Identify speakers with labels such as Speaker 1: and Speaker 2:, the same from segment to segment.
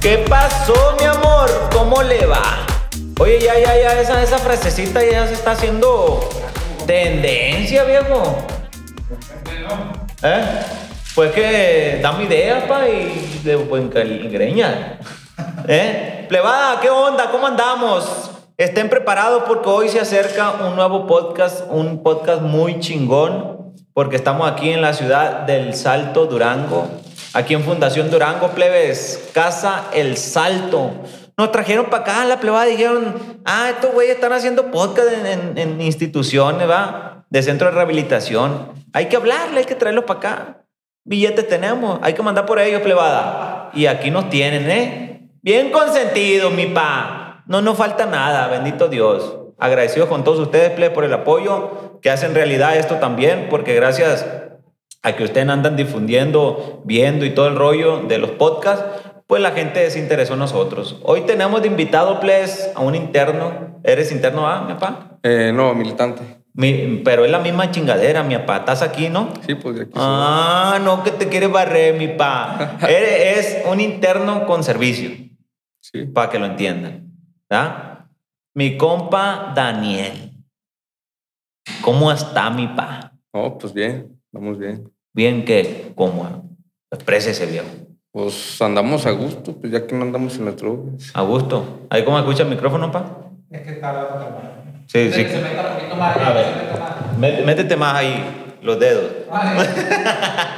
Speaker 1: ¿Qué pasó, mi amor? ¿Cómo le va? Oye, ya, ya, ya, esa, esa frasecita ya se está haciendo tendencia, viejo. ¿Eh? Pues que dame ideas, pa, y de buen cal- greña. ¿Eh? Plebada, ¿qué onda? ¿Cómo andamos? Estén preparados porque hoy se acerca un nuevo podcast, un podcast muy chingón, porque estamos aquí en la ciudad del Salto Durango, aquí en Fundación Durango, plebes, Casa El Salto. Nos trajeron para acá, la plebada dijeron, ah, estos güeyes están haciendo podcast en, en- en instituciones, ¿va? De centro de rehabilitación. Hay que hablarle, hay que traerlos para acá. Billetes tenemos, hay que mandar por ellos, plebada. Y aquí nos tienen, ¿eh? Bien consentidos, mi pa. No nos falta nada, bendito Dios. Agradecidos con todos ustedes, plebes, por el apoyo que hacen realidad esto también, porque gracias a que ustedes andan difundiendo, viendo y todo el rollo de los podcasts, pues la gente se interesó en nosotros. Hoy tenemos de invitado, plebes, a un interno. ¿Eres interno, ah, mi papá?
Speaker 2: Eh, no, militante.
Speaker 1: Mi- pero es la misma chingadera, mi papá. ¿Estás aquí, no?
Speaker 2: Sí, pues de aquí.
Speaker 1: Ah, no, que te quieres barrer, mi pa. Eres, es un interno con servicio,
Speaker 2: soy. Sí.
Speaker 1: para que lo entiendan. ¿verdad? Mi compa Daniel. ¿Cómo está, mi pa?
Speaker 2: No, pues bien, vamos bien.
Speaker 1: Bien que, ¿cómo? Exprésese, viejo.
Speaker 2: Pues andamos a gusto, pues ya que no andamos en la trova.
Speaker 1: A gusto. ¿Ahí cómo escucha el micrófono, pa?
Speaker 3: Es que está hablando con
Speaker 1: Sí, sí.
Speaker 3: Se meta un poquito más.
Speaker 1: A
Speaker 3: A
Speaker 1: ver.
Speaker 3: ver. Se meta más. Ah,
Speaker 1: Mé- Métete más ahí, los dedos.
Speaker 3: Vale.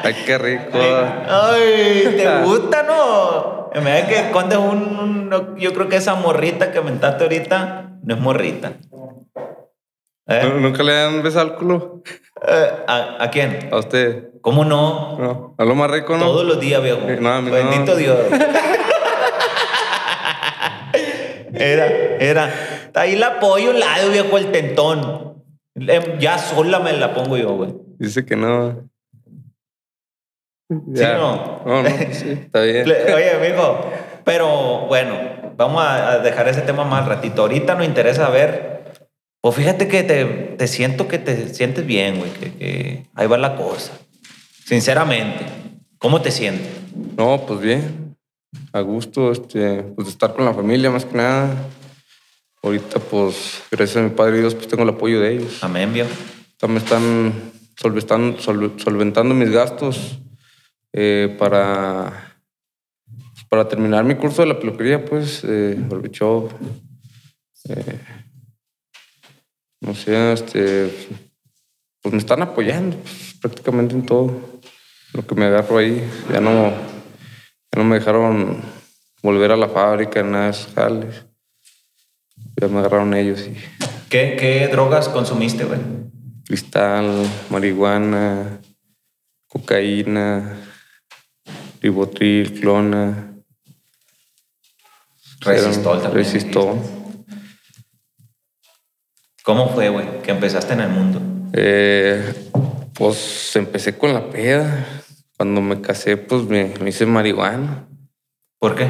Speaker 2: Ay, qué rico. ah.
Speaker 1: Ay, ¿te gusta, no? En vez de que escondes un, un- no, Yo creo que esa morrita que inventaste ahorita no es morrita. ¿Eh?
Speaker 2: Ah. ¿Nu- ¿Nunca le han besado el culo?
Speaker 1: Eh, ¿A, a quién?
Speaker 2: A usted.
Speaker 1: ¿Cómo no?
Speaker 2: No. A lo más rico, ¿no?
Speaker 1: Todos los días, viejo.
Speaker 2: Eh, no, a mí no.
Speaker 1: Bendito Dios. Era, era. Ahí la apoyo un lado, viejo, el tentón. Eh, Ya sola me la pongo yo, güey.
Speaker 2: Dice que no.
Speaker 1: Sí, no.
Speaker 2: No, no, pues sí, está bien.
Speaker 1: Le- Oye, amigo, pero bueno, vamos a, a dejar ese tema más ratito. Ahorita nos interesa ver. Pues fíjate que te, te siento que te sientes bien, güey, que, que ahí va la cosa. Sinceramente, ¿cómo te sientes?
Speaker 2: No, pues bien. A gusto, este, pues de estar con la familia más que nada. Ahorita, pues, gracias a mi padre y Dios, pues tengo el apoyo de ellos.
Speaker 1: Amén, viejo.
Speaker 2: También están solventando, sol- solventando mis gastos eh, para, pues, para terminar mi curso de la peluquería, pues, eh, barbershop. Eh, no sé, este, pues me están apoyando pues, prácticamente en todo lo que me agarro ahí. Ya no, ya no me dejaron volver a la fábrica, nada de esos jales. Ya me agarraron ellos y
Speaker 1: ¿Qué, qué drogas consumiste, güey?
Speaker 2: cristal, marihuana, cocaína, ribotril, clona.
Speaker 1: Resistol también.
Speaker 2: Resistol.
Speaker 1: ¿Cómo fue, güey, que empezaste en el mundo?
Speaker 2: Eh, pues empecé con la peda. Cuando me casé, pues me, me hice marihuana.
Speaker 1: ¿Por qué?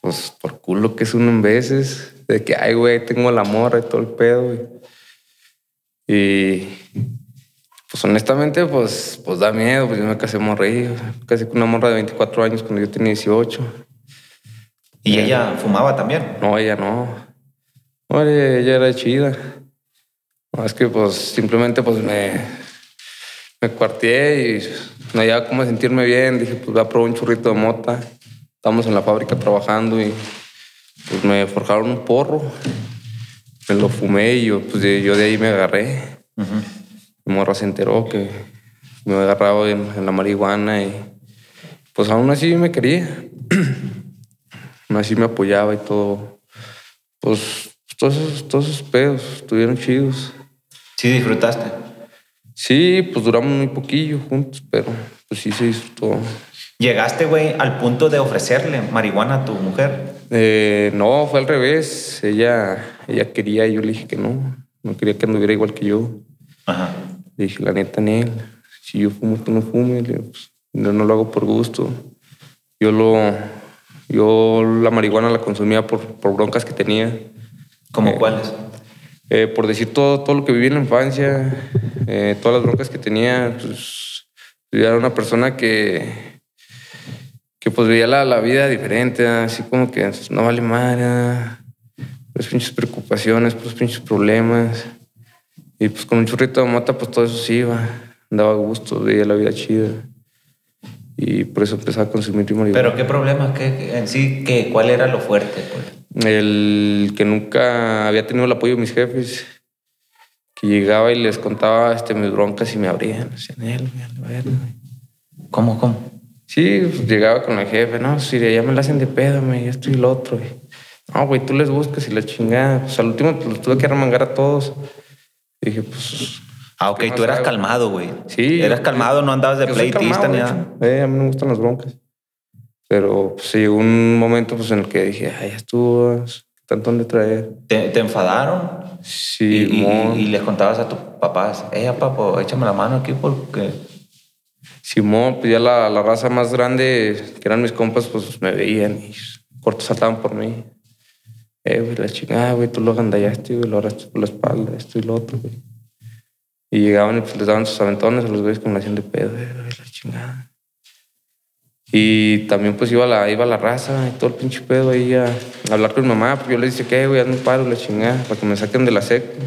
Speaker 2: Pues por culo que es uno en veces. De que, ay, güey, tengo la morra y todo el pedo. güey. Y pues honestamente, pues, pues da miedo. Pues yo me casé morrillo. Me casé con una morra de 24 años cuando yo tenía 18.
Speaker 1: ¿Y ella fumaba también?
Speaker 2: No, ella no. No, ella, ella era chida. No, es que pues simplemente pues me, me cuarté y no había cómo sentirme bien. Dije, pues voy a probar un churrito de mota. Estamos en la fábrica trabajando y pues me forjaron un porro. Me lo fumé y yo, pues, de- yo de ahí me agarré.
Speaker 1: Ujú.
Speaker 2: Mi morra se enteró que me había agarrado en, en la marihuana y pues aún así me quería. aún así me apoyaba y todo. Pues todos esos, todos esos pedos estuvieron chidos.
Speaker 1: Sí, disfrutaste.
Speaker 2: Sí, pues duramos muy poquillo juntos, pero pues sí se disfrutó.
Speaker 1: Llegaste, güey, al punto de ofrecerle marihuana a tu mujer.
Speaker 2: Eh, no, fue al revés. Ella, ella quería y yo le dije que no. No quería que anduviera igual que yo.
Speaker 1: Ajá.
Speaker 2: Le dije, la neta, Nel, si yo fumo, tú no fumes. Le digo, pues, yo no lo hago por gusto. Yo lo... Yo la marihuana la consumía por, por broncas que tenía.
Speaker 1: ¿Cómo
Speaker 2: Eh,
Speaker 1: cuáles?
Speaker 2: Eh, por decir todo, todo lo que viví en la infancia, eh, todas las broncas que tenía, pues yo era una persona que, que pues veía la, la vida diferente, ¿ah? así como que pues, no vale madre, ¿ah? pues pinches preocupaciones, pues pinches problemas. Y pues con un churrito de mata, pues todo eso sí iba. Daba gusto, veía la vida chida. Y por eso empecé a consumir marihuana.
Speaker 1: Pero qué problema, ¿Qué, qué- en sí, qué, ¿cuál era lo fuerte? pues?
Speaker 2: El que nunca había tenido el apoyo de mis jefes, que llegaba y les contaba este, mis broncas y me abrían. Decían, "Él, güey, a la verga, güey".
Speaker 1: ¿Cómo, cómo?
Speaker 2: Sí, pues, llegaba con la jefe, no, si de allá me la hacen de pedo, me, esto y lo otro. güey. No, güey, tú les buscas y la chingada. Pues al último pues, los tuve que remangar a todos. Y dije, pues.
Speaker 1: Ah, ok,
Speaker 2: ¿qué más
Speaker 1: tú eras
Speaker 2: hago?
Speaker 1: calmado, güey.
Speaker 2: Sí.
Speaker 1: Eras calmado, no andabas de
Speaker 2: yo soy
Speaker 1: pleitista
Speaker 2: calmado,
Speaker 1: ni
Speaker 2: de
Speaker 1: nada.
Speaker 2: hecho. Eh, a mí no me gustan las broncas. Pero pues, sí, llegó un momento pues, en el que dije, ay, ya estuvo, tanto de traer.
Speaker 1: ¿Te, te enfadaron?
Speaker 2: Sí,
Speaker 1: y,
Speaker 2: mon.
Speaker 1: y- y les contabas a tus papás, eh, papo, échame la mano aquí porque...
Speaker 2: Simón, pues ya la, la raza más grande, que eran mis compas, pues me veían y cortos saltaban por mí. Eh, güey, la chingada, güey, tú lo agandallaste, güey, lo agarraste por la espalda, esto y lo otro, güey. Y llegaban y pues les daban sus aventones a los güeyes con la acción de pedo, eh, güey, la chingada. Y también pues iba la, iba la raza y todo el pinche pedo ahí a, a hablar con mi mamá, porque yo les decía, ¿qué, güey? Hazme un paro, la chingada, para que me saquen de la secta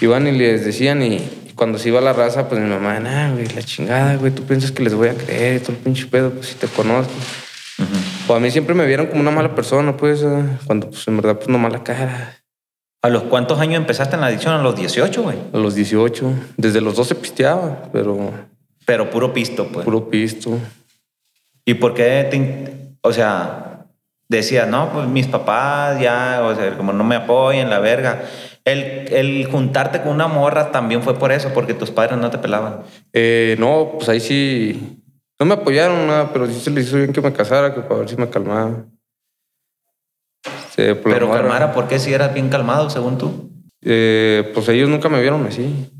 Speaker 2: iban y les decían y y cuando se iba la raza, pues mi mamá, nah, güey, la chingada, güey, tú piensas que les voy a creer y todo el pinche pedo, pues si te conozco. Pues a mí siempre me vieron como una mala persona, pues, ah, cuando pues en verdad pues una mala cara.
Speaker 1: ¿A los cuántos años empezaste en la adicción? A los 18, güey.
Speaker 2: A los 18, desde los 12 pisteaba, pero
Speaker 1: Pero puro pisto, pues.
Speaker 2: puro pisto.
Speaker 1: ¿Y por qué te... in- O sea, decías, no, pues mis papás ya, o sea, como no me apoyan, la verga. El, el juntarte con una morra también fue por eso, porque tus padres no te pelaban.
Speaker 2: Eh, no, pues ahí sí, no me apoyaron nada, pero sí se les hizo bien que me casara, que para ver si me calmaba. Este, por la
Speaker 1: Pero
Speaker 2: morra.
Speaker 1: calmara, ¿por qué si eras bien calmado, según tú?
Speaker 2: Eh, pues ellos nunca me vieron así.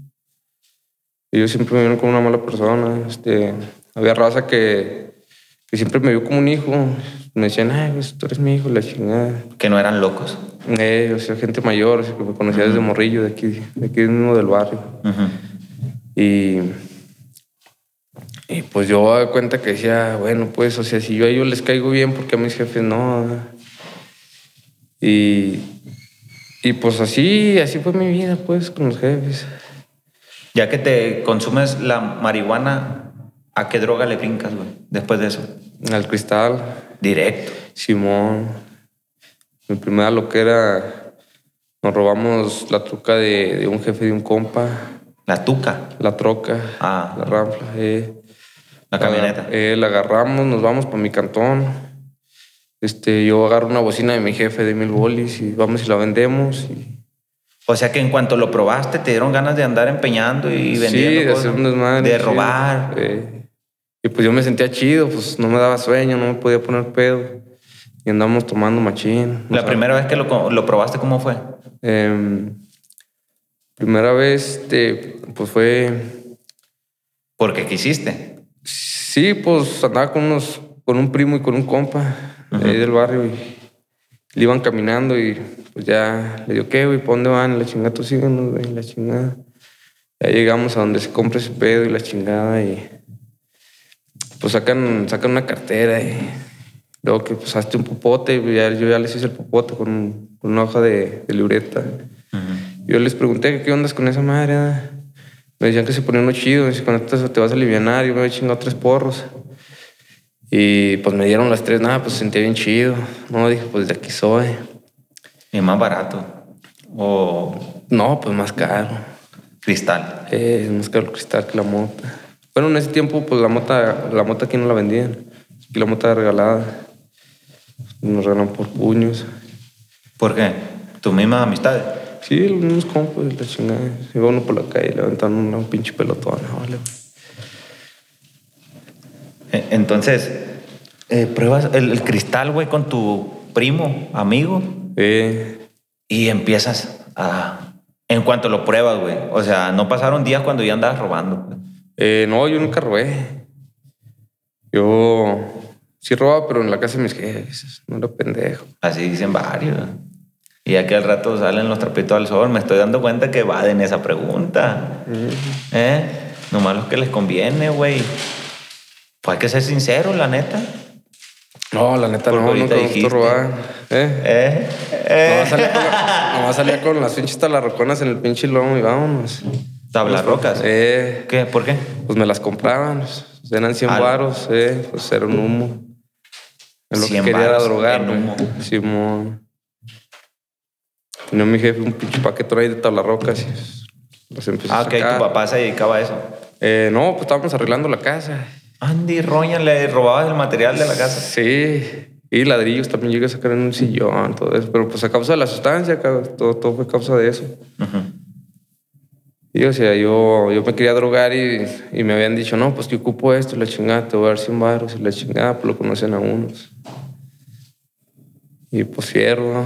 Speaker 2: Ellos siempre me vieron como una mala persona. Este, había raza que, que siempre me vio como un hijo. Me decían, ay, pues tú eres mi hijo, la chingada.
Speaker 1: Que no eran locos.
Speaker 2: Eh, o sea, gente mayor, o sea, que me conocía desde morrillo, de aquí, de aquí mismo del barrio. Y, y pues yo me cuenta que decía, bueno, pues, o sea, si yo a ellos les caigo bien, porque a mis jefes no? ah?". Y, y pues así, así fue mi vida, pues, con los jefes.
Speaker 1: Ya que te consumes la marihuana, ¿a qué droga le brincas, güey? Después de eso.
Speaker 2: Al cristal,
Speaker 1: Directo.
Speaker 2: Simón. Mi primera loquera, nos robamos la troca de, de un jefe de un compa,
Speaker 1: La tuca,
Speaker 2: la troca,
Speaker 1: Ah.
Speaker 2: la ranfla, eh.
Speaker 1: la camioneta.
Speaker 2: Eh, la agarramos, nos vamos para mi cantón. Este, yo agarro una bocina de mi jefe de mil bolis y vamos y la vendemos. Y,
Speaker 1: O sea que en cuanto lo probaste, te dieron ganas de andar empeñando y vendiendo.
Speaker 2: sí, de
Speaker 1: cosas,
Speaker 2: hacer un desmadre.
Speaker 1: De
Speaker 2: sí.
Speaker 1: robar.
Speaker 2: Eh, y pues yo me sentía chido, pues no me daba sueño, no me podía poner pedo. Y andamos tomando machín.
Speaker 1: la
Speaker 2: Nos
Speaker 1: primera vez que lo, co- lo probaste, ¿cómo fue?
Speaker 2: Em, primera vez, este, pues fue.
Speaker 1: Porque quisiste.
Speaker 2: Sí, pues andaba con unos, con un primo y con un compa de ahí del barrio y le iban caminando y pues ya le digo, ¿qué, güey? ¿Para dónde van? Y La chingada, tú síguenos, güey, la chingada. Ya llegamos a donde se compra ese pedo y la chingada y pues sacan, sacan una cartera y luego que pues hazte un popote, y ya, yo ya les hice el popote con, con una hoja de, de libreta. Yo les pregunté qué ondas con esa madre. ah? Me decían que se ponía uno chido, que con esto te vas a aliviar. Yo me había chingado tres porros. Y pues me dieron las tres, nada, pues sentía bien chido. No, dije, pues de aquí soy.
Speaker 1: Y más barato. O
Speaker 2: No, pues más caro.
Speaker 1: cristal.
Speaker 2: Eh, es más caro el cristal que la mota. Bueno, en ese tiempo, pues la mota, la mota aquí no la vendían. Aquí la mota era regalada. Nos regalan por puños.
Speaker 1: ¿Por qué? Tus mismas amistades.
Speaker 2: Sí, los mismos compas, la chingada. Iba uno por la calle, le aventaban una- un pinche pelotón. ah, vale.
Speaker 1: E- Entonces, eh, pruebas el, el cristal, güey, con tu primo, amigo,
Speaker 2: Eh,
Speaker 1: y empiezas a... En cuanto lo pruebas, güey. O sea, no pasaron días cuando ya andabas robando. güey.
Speaker 2: Eh, no, yo nunca robé. Yo sí robaba, pero en la casa de mis jefes. No era pendejo.
Speaker 1: Así dicen varios. Y aquí al rato salen los trapitos al sol. Me estoy dando cuenta que va en esa pregunta. ¿Eh? Nomás los que les conviene, güey. Pues hay que ser sincero, la neta.
Speaker 2: No, la neta,
Speaker 1: Porque
Speaker 2: no,
Speaker 1: ahorita
Speaker 2: nunca me gustó
Speaker 1: dijiste.
Speaker 2: robar. ¿Eh?
Speaker 1: ¿Eh?
Speaker 2: Nomás
Speaker 1: ¿Eh?
Speaker 2: salía con la- nomás salía con las pinches talarroconas en el pinche lomo y vámonos.
Speaker 1: Tablarrocas.
Speaker 2: Eh,
Speaker 1: ¿Qué? ¿Por qué?
Speaker 2: pues me las compraban. pues, Eran 100
Speaker 1: Al-
Speaker 2: varos, eh, pues era un humo. En lo
Speaker 1: 100
Speaker 2: que quería era
Speaker 1: varos
Speaker 2: drogar,
Speaker 1: en
Speaker 2: güey.
Speaker 1: humo.
Speaker 2: Simón. Tenía mi jefe un pinche paquete ahí de talarrocas y las empezó
Speaker 1: Ah,
Speaker 2: a
Speaker 1: ok, tu
Speaker 2: sacar.
Speaker 1: papá se dedicaba a eso.
Speaker 2: Eh, no, pues estábamos arreglando la casa.
Speaker 1: Andy Roña le robabas el material de la casa.
Speaker 2: Sí. Y ladrillos también llegué a sacar en un sillón, todo eso. Pero pues a causa de la sustancia, ca- todo, todo fue causa de eso. Y o sea, yo, yo me quería drogar y, y me habían dicho, no, pues que ocupo esto, la chingada, te voy a dar 100 baros y la chingada, pues lo conocen a unos. Y pues fierro.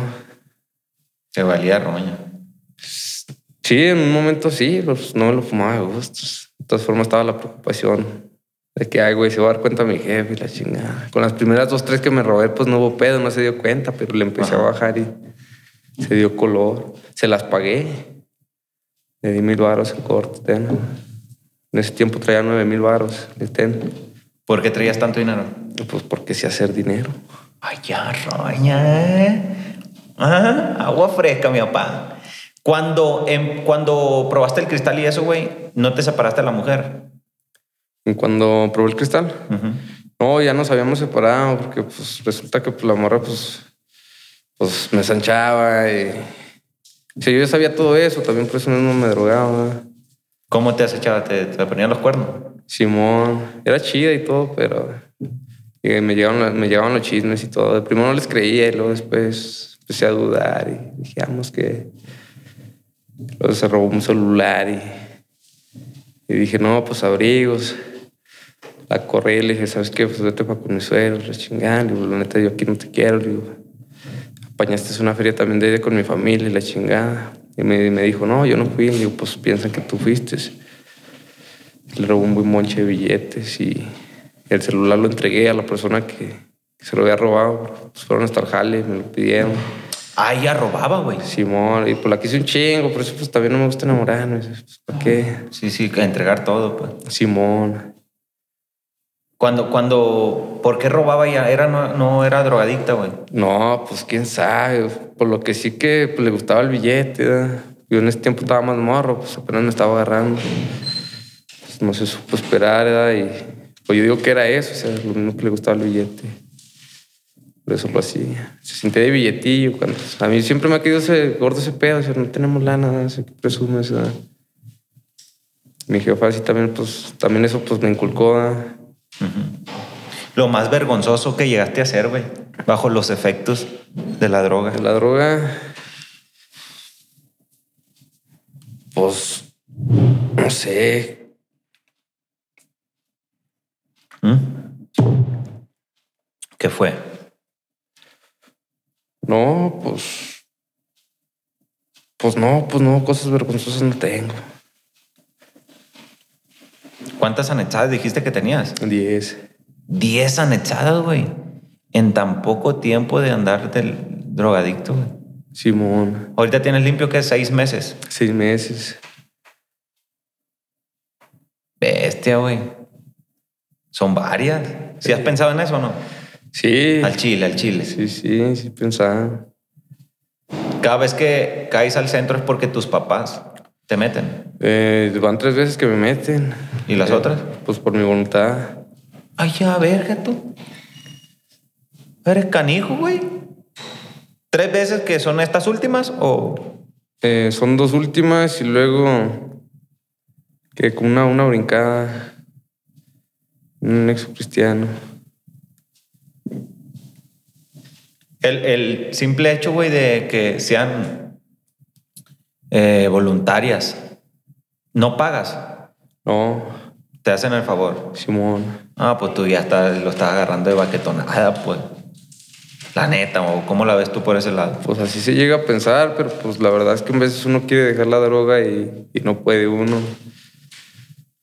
Speaker 1: Te valía Roña.
Speaker 2: Sí, en un momento sí, pero, pues no me lo fumaba de gusto. De todas formas estaba la preocupación de que, ay, güey, se va a dar cuenta mi jefe y la chingada. Con las primeras dos, tres que me robé, pues no hubo pedo, no se dio cuenta, pero le empecé a bajar y se dio color. Se las pagué. Le di mil varos en corto, ten. En ese tiempo traía nueve mil varos de ten.
Speaker 1: ¿Por qué traías tanto dinero?
Speaker 2: Pues porque sé hacer dinero.
Speaker 1: Ay, ya, Roña, ¿eh? Ah, Agua fresca, mi papá. Cuando, em, cuando probaste el cristal y eso, güey, no te separaste de la mujer.
Speaker 2: Y cuando probé el cristal, No, ya nos habíamos separado porque pues resulta que pues, la morra pues, pues me sanchaba y... O sea, yo ya sabía todo eso, también por eso mismo me drogaba.
Speaker 1: ¿Cómo te acechaba? ¿Te, te ponían los cuernos?
Speaker 2: Simón, era chida y todo, pero y me, llegaron, la- me llegaban los chismes y todo. Primero no les creía y luego después empecé a dudar y dijimos que... Luego se robó un celular y, y dije, no, pues abrigos. La corrí y le dije, ¿sabes qué? Pues vete para Conisuelo, la chingada. Le digo, la neta, yo aquí no te quiero. Le digo, apañaste una feria también de ahí con mi familia y la chingada. Y me, me dijo, no, yo no fui. Le digo, pues piensan que tú fuiste. Le robó un buen monche de billetes y el celular lo entregué a la persona que, que se lo había robado. Pues fueron hasta el jale, me lo pidieron.
Speaker 1: Ah, ella robaba, güey.
Speaker 2: Simón, y pues la quise un chingo, por eso pues también no me gusta enamorarme. Pues, ¿Para qué?
Speaker 1: Sí, sí, que entregar todo, pues.
Speaker 2: Simón.
Speaker 1: Cuando, cuando, ¿por qué robaba ella? Era, no, no era drogadicta, güey.
Speaker 2: No, pues quién sabe. Por lo que sí que pues, le gustaba el billete. ¿verdad? Yo en ese tiempo estaba más morro, pues apenas me estaba agarrando. Pues, no se supo esperar, ¿verdad? Y pues yo digo que era eso, o sea, lo mismo que le gustaba el billete. Por eso lo hacía. Se sentía de billetillo. Cuando... pues, A mí siempre me ha quedado ese gordo ese pedo, o sea, no tenemos lana, ¿verdad? O sea, ¿qué presumes, ¿verdad? Mi jefa sí también, pues, también eso pues me inculcó, ¿verdad?
Speaker 1: Lo más vergonzoso que llegaste a hacer, güey, bajo los efectos de la droga.
Speaker 2: De La droga. Pues. No sé.
Speaker 1: ¿Mm? ¿Qué fue?
Speaker 2: No, pues. Pues no, pues no, cosas vergonzosas no tengo.
Speaker 1: ¿Cuántas anexadas dijiste que tenías?
Speaker 2: 10.
Speaker 1: 10 anexadas, güey. En tan poco tiempo de andar del drogadicto, güey.
Speaker 2: Simón.
Speaker 1: Ahorita tienes limpio que seis meses.
Speaker 2: Seis meses.
Speaker 1: Bestia, güey. Son varias. ¿Si has pensado en eso o no?
Speaker 2: Sí.
Speaker 1: Al chile, al chile.
Speaker 2: Sí, sí, sí, pensaba.
Speaker 1: Cada vez que caes al centro es porque tus papás te meten.
Speaker 2: Eh, van tres veces que me meten.
Speaker 1: ¿Y las
Speaker 2: Eh,
Speaker 1: otras?
Speaker 2: Pues por mi voluntad.
Speaker 1: Ay, ya, verga, tú. Eres canijo, güey. ¿Tres veces que son estas últimas o...?
Speaker 2: Eh, son dos últimas y luego que con una, una brincada. Un nexo cristiano.
Speaker 1: El, el simple hecho, güey, de que sean eh, voluntarias, no pagas,
Speaker 2: No,
Speaker 1: te hacen el favor.
Speaker 2: Simón.
Speaker 1: Ah, pues tú ya estás- lo estás agarrando de baquetonada, pues. La neta, o cómo la ves tú por ese lado.
Speaker 2: Pues así se llega a pensar, pero pues la verdad es que a veces uno quiere dejar la droga y, y no puede uno.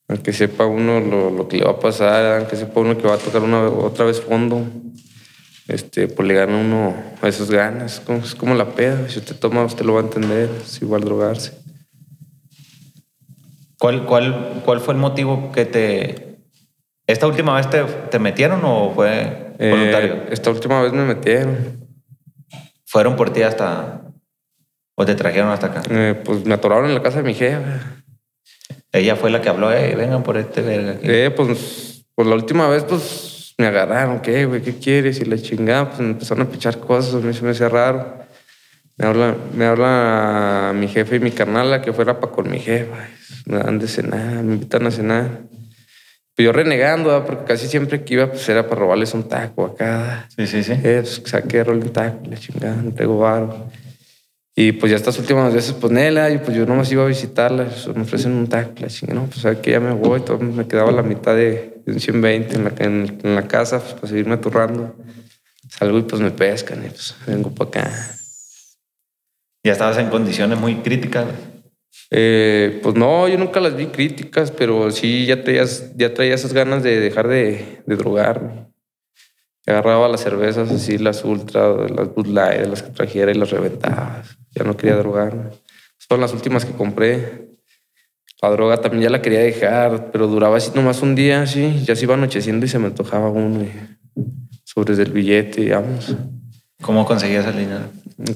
Speaker 2: Aunque sepa uno lo, lo que le va a pasar, aunque sepa uno que va a tocar una, otra vez fondo, este, pues le gana uno a esas ganas. Como- Es como la peda. Si usted toma, usted lo va a entender. Es igual drogarse.
Speaker 1: ¿Cuál, cuál, cuál fue el motivo que te... ¿Esta última vez te, te metieron o fue
Speaker 2: Eh,
Speaker 1: Voluntario.
Speaker 2: Esta última vez me metieron.
Speaker 1: ¿Fueron por ti hasta... o te trajeron hasta acá?
Speaker 2: Eh, pues me atoraron en la casa de mi jefa.
Speaker 1: Ella fue la que habló, eh, vengan por este verga. aquí".
Speaker 2: Eh, pues, pues la última vez, pues me agarraron, ¿qué, güey? ¿Qué quieres? Y la chingada, pues me empezaron a pichar cosas, me, se me hacía raro. Me habla, me habla mi jefe y mi carnala que fuera para con mi jefa. Me dan de cenar, me invitan a cenar. Pues yo renegando, ¿verdad? porque casi siempre que iba, pues era para robarles un taco acá.
Speaker 1: Sí, sí, sí.
Speaker 2: Eh, pues, saqué rol un taco, la chingada, no tengo varo. Y pues ya estas últimas veces, pues Nela, y pues yo nomás iba a visitarla, pues, me ofrecen un taco, la chingada, no, pues ¿sabes qué? ya me voy, todo, me quedaba la mitad de, de un 120 en la, en- en la casa, pues para seguirme aturrando. Salgo y pues me pescan, y pues vengo para acá.
Speaker 1: Ya estabas en condiciones muy críticas. güey.
Speaker 2: Eh, pues no, yo nunca las vi críticas, pero sí ya traía, ya traía esas ganas de dejar de, de drogarme. Agarraba las cervezas así, las ultra, las Bud Light, las que trajera y las reventaba. Ya no quería drogarme. Son las últimas que compré. La droga también ya la quería dejar, pero duraba así nomás un día, así. Ya se iba anocheciendo y se me antojaba uno. y Sobres del billete, digamos.
Speaker 1: ¿Cómo conseguías el dinero?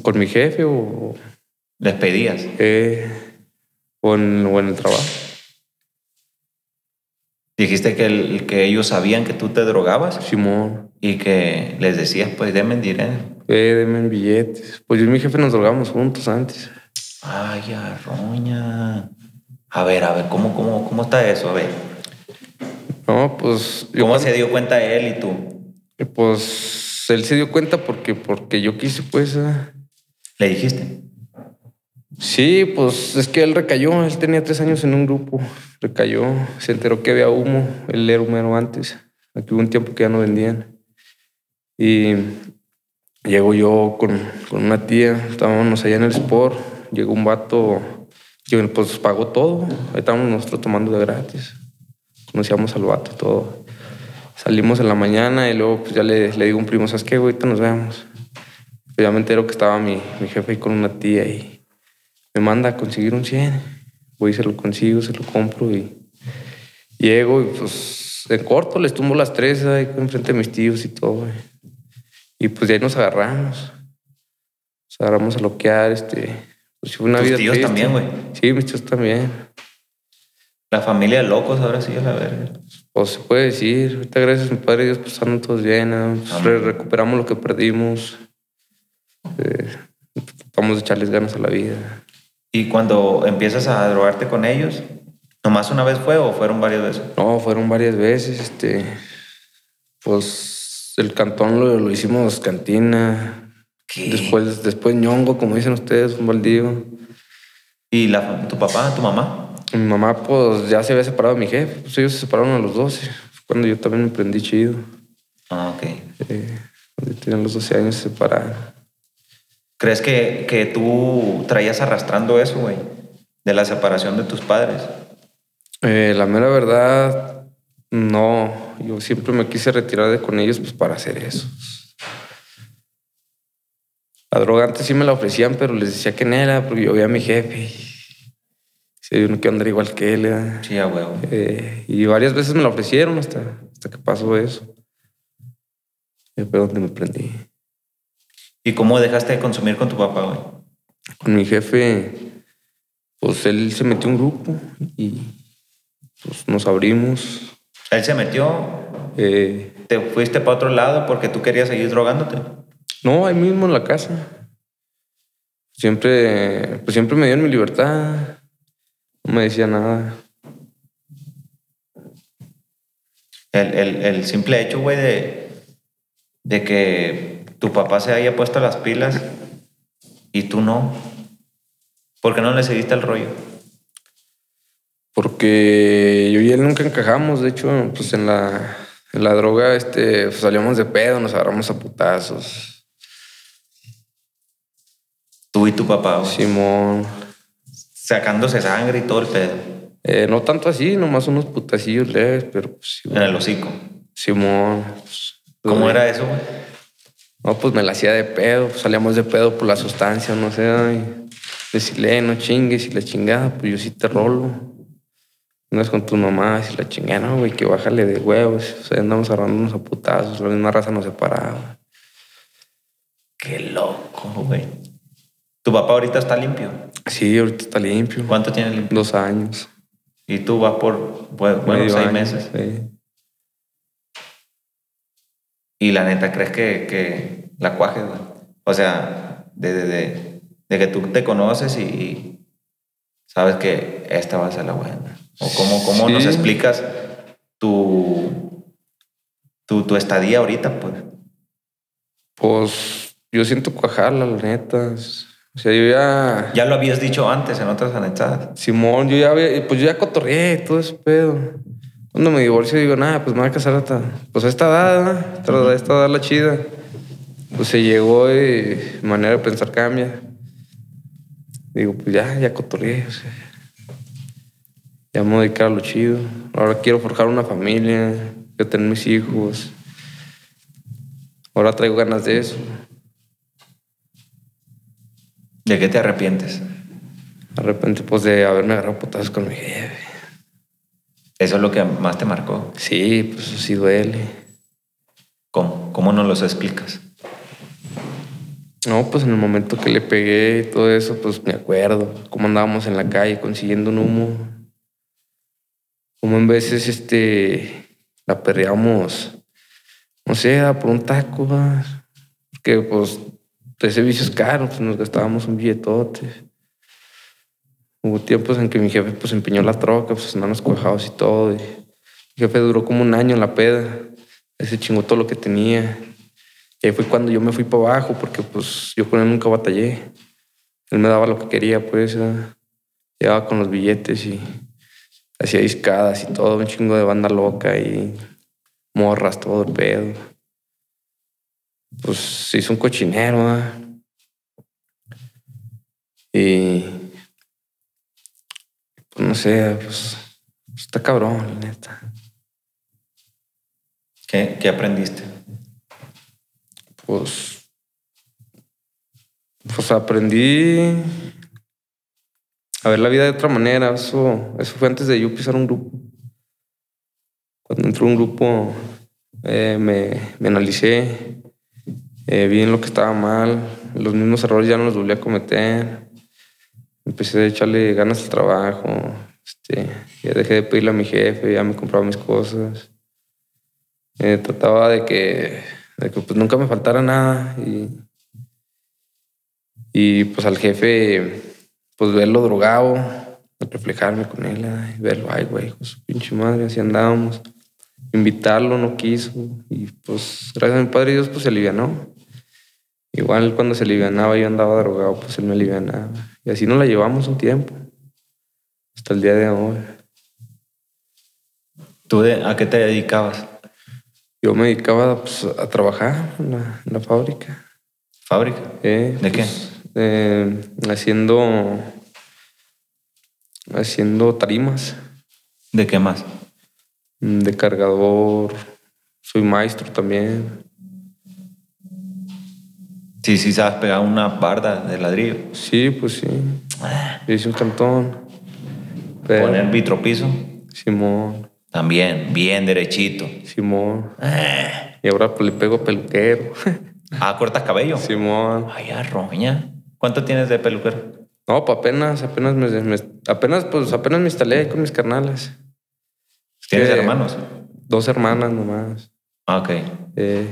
Speaker 2: Con mi jefe o,
Speaker 1: ¿Les pedías?
Speaker 2: eh, o en- o en el trabajo.
Speaker 1: Dijiste que, el- que ellos sabían que tú te drogabas
Speaker 2: Simón.
Speaker 1: y que les decías, pues, denme dinero.
Speaker 2: Eh, denme billetes. Pues yo y mi jefe nos drogábamos juntos antes.
Speaker 1: Ay, arroña. A ver, a ver, ¿cómo, cómo, cómo está eso? A ver,
Speaker 2: No, pues. yo
Speaker 1: ¿cómo
Speaker 2: cuando-
Speaker 1: se dio cuenta él y tú?
Speaker 2: eh, Pues él se dio cuenta porque, porque yo quise, pues. ah.
Speaker 1: ¿Le dijiste?
Speaker 2: Sí, pues es que él recayó. Él tenía tres años en un grupo. Recayó. Se enteró que había humo. Él era humero antes. Aquí hubo un tiempo que ya no vendían. Y llego yo con, con una tía. Estábamos allá en el Sport. Llegó un vato. que pues pagó todo. Ahí estábamos nosotros tomando de gratis. Conocíamos al vato y todo. Salimos en la mañana y luego pues, ya le, le digo a un primo, ¿sabes qué? güey? Ahorita nos vemos. Pues ya me entero que estaba mi, mi jefe ahí con una tía y me manda a conseguir un 100. Voy y se lo consigo, se lo compro y llego y pues en corto les tumbo las tres ahí enfrente de mis tíos y todo. güey. Y pues de ahí nos agarramos. Nos agarramos a loquear, este... Pues sí fue una
Speaker 1: Tus
Speaker 2: vida
Speaker 1: tíos
Speaker 2: triste.
Speaker 1: también, güey.
Speaker 2: Sí, mis tíos también.
Speaker 1: La familia de locos ahora sí, a la verga.
Speaker 2: Pues se puede decir, ahorita gracias a mi padre Dios, pues están todos bien, ¿no? Pues, re- recuperamos lo que perdimos, eh, tratamos de echarles ganas a la vida.
Speaker 1: Y cuando empiezas a drogarte con ellos, ¿nomás una vez fue o fueron varias veces?
Speaker 2: No, fueron varias veces, este, pues el cantón lo, lo hicimos cantina,
Speaker 1: ¿Qué?
Speaker 2: después, después ñongo, como dicen ustedes, un baldío.
Speaker 1: ¿Y la, tu papá, tu mamá?
Speaker 2: Mi mamá pues ya se había separado de mi jefe, pues ellos se separaron a los 12, fue cuando yo también me prendí chido,
Speaker 1: Ah, ok.
Speaker 2: eh, cuando yo tenía los 12 años se separaron.
Speaker 1: ¿Crees que, que tú traías arrastrando eso, güey? De la separación de tus padres.
Speaker 2: Eh, la mera verdad, no. Yo siempre me quise retirar de con ellos pues, para hacer eso. La droga antes sí me la ofrecían, pero les decía que no era, porque yo veía a mi jefe. y Se dio uno que andar igual que él. ¿verdad?
Speaker 1: Sí, a huevo.
Speaker 2: Eh, y varias veces me la ofrecieron hasta, hasta que pasó eso. Y fue donde me prendí.
Speaker 1: ¿Y cómo dejaste de consumir con tu papá, güey?
Speaker 2: Con mi jefe, pues él se metió a un grupo y pues, nos abrimos.
Speaker 1: Él se metió,
Speaker 2: Eh,
Speaker 1: te fuiste para otro lado porque tú querías seguir drogándote.
Speaker 2: No, ahí mismo en la casa. Siempre, pues siempre me dieron mi libertad. No me decía nada.
Speaker 1: El, el- el simple hecho, güey, de, de que tu papá se haya puesto las pilas y tú no. ¿Por qué no le seguiste el rollo?
Speaker 2: Porque yo y él nunca encajamos. De hecho, pues en la, en la droga este, pues, salíamos de pedo, nos agarramos a putazos.
Speaker 1: Tú y tu papá, güey.
Speaker 2: Simón.
Speaker 1: Sacándose sangre y todo el pedo
Speaker 2: Eh, no tanto así, nomás unos putacillos leves, pero pues, sí,
Speaker 1: en el hocico.
Speaker 2: Simón. pues,
Speaker 1: ¿Cómo
Speaker 2: pues,
Speaker 1: era eso, güey?
Speaker 2: No, pues me la hacía de pedo, pues salíamos de pedo por la sustancia, no sé, ay, decirle, no chingues y la chingada, pues yo sí te rolo. Unas con tus mamás y la chingada, no, güey, que bájale de huevos. O sea, andamos agarrándonos a putazos, la misma raza nos separaba.
Speaker 1: Qué loco, güey. Tu papá ahorita está limpio.
Speaker 2: Sí, ahorita está limpio.
Speaker 1: ¿Cuánto tiene limpio?
Speaker 2: Dos años.
Speaker 1: Y tú vas por, bueno, bueno,
Speaker 2: medio
Speaker 1: seis
Speaker 2: año,
Speaker 1: meses.
Speaker 2: sí.
Speaker 1: Y la neta, ¿crees que, que la cuajes, güey? O sea, de, de, de, de que tú te conoces y, y sabes que esta va a ser la buena. ¿O cómo, cómo
Speaker 2: Sí.
Speaker 1: nos explicas tu, tu, tu estadía ahorita, pues?
Speaker 2: Pues yo siento cuajarla, la neta. O sea, yo ya.
Speaker 1: Ya lo habías dicho antes en otras anexadas.
Speaker 2: Simón, yo ya había- pues yo ya cotorreé y todo ese pedo. Cuando me divorcio digo, nada, pues me voy a casar hasta, pues a esta edad, ¿verdad? Tras- a esta edad la chida. Pues se llegó y mi manera de pensar cambia. Digo, pues ya, ya cotorreé, o sea. Ya me voy a dedicar a lo chido. Ahora quiero forjar una familia, quiero tener mis hijos. Ahora traigo ganas de eso.
Speaker 1: ¿De qué te arrepientes?
Speaker 2: De repente, pues de haberme agarrado putazos con mi jefe.
Speaker 1: Eso es lo que más te marcó.
Speaker 2: Sí, pues sí duele.
Speaker 1: ¿Cómo? ¿Cómo nos los explicas?
Speaker 2: No, pues en el momento que le pegué y todo eso, pues me acuerdo cómo andábamos en la calle consiguiendo un humo. Como en veces este, la perreamos, no sé, a por un taco, va. Porque pues ese vicio es caro, pues nos gastábamos un billetote. Hubo tiempos en que mi jefe pues empeñó la troca, pues andamos cuajados y todo. y mi jefe duró como un año en la peda. Ese chingó todo lo que tenía. Y ahí fue cuando yo me fui para abajo, porque pues yo con él nunca batallé. Él me daba lo que quería, pues. ah, Llegaba con los billetes y hacía discadas y todo, un chingo de banda loca y morras, todo el pedo. Pues se hizo un cochinero, ah. Y. Pues no sé, pues. Está cabrón, la neta.
Speaker 1: ¿Qué, qué aprendiste?
Speaker 2: pues, pues aprendí a ver la vida de otra manera. Eso, eso fue antes de yo pisar un grupo. Cuando entró un grupo, eh, me, me analicé, eh, vi en lo que estaba mal, los mismos errores ya no los volví a cometer. Empecé a echarle ganas al trabajo, este, ya dejé de pedirle a mi jefe, ya me compraba mis cosas. Eh, trataba de que, de que, pues, nunca me faltara nada y, y, pues al jefe pues verlo drogado, reflejarme con él, ay, verlo, ay güey, con su pinche madre, así andábamos. Invitarlo no quiso y pues gracias a mi padre Dios pues se alivianó. Igual cuando se alivianaba yo andaba drogado, pues él me alivianaba. Y así nos la llevamos un tiempo, hasta el día de hoy.
Speaker 1: ¿Tú de- a qué te dedicabas?
Speaker 2: Yo me dedicaba pues, a trabajar en la- en la fábrica.
Speaker 1: ¿Fábrica?
Speaker 2: Eh,
Speaker 1: ¿De
Speaker 2: qué? haciendo. Haciendo tarimas
Speaker 1: ¿De qué más?
Speaker 2: mm, de cargador. Soy maestro también.
Speaker 1: Sí, sí, sabes pegar una barda de ladrillo.
Speaker 2: Sí, pues sí. Yo hice un cantón. Pero-
Speaker 1: Ah. Poner vitropiso.
Speaker 2: Simón,
Speaker 1: También, bien derechito.
Speaker 2: Simón. Y ahora pues, le pego a peluquero.
Speaker 1: Ah, cortas cabello.
Speaker 2: Simón.
Speaker 1: Ay, ah, roña. ¿Cuánto tienes de peluquero?
Speaker 2: No, pues apenas, apenas me, me- apenas, pues apenas me instalé ahí con mis carnales.
Speaker 1: ¿Tienes
Speaker 2: Eh,
Speaker 1: hermanos?
Speaker 2: Dos hermanas nomás.
Speaker 1: Ah, ok.
Speaker 2: Eh,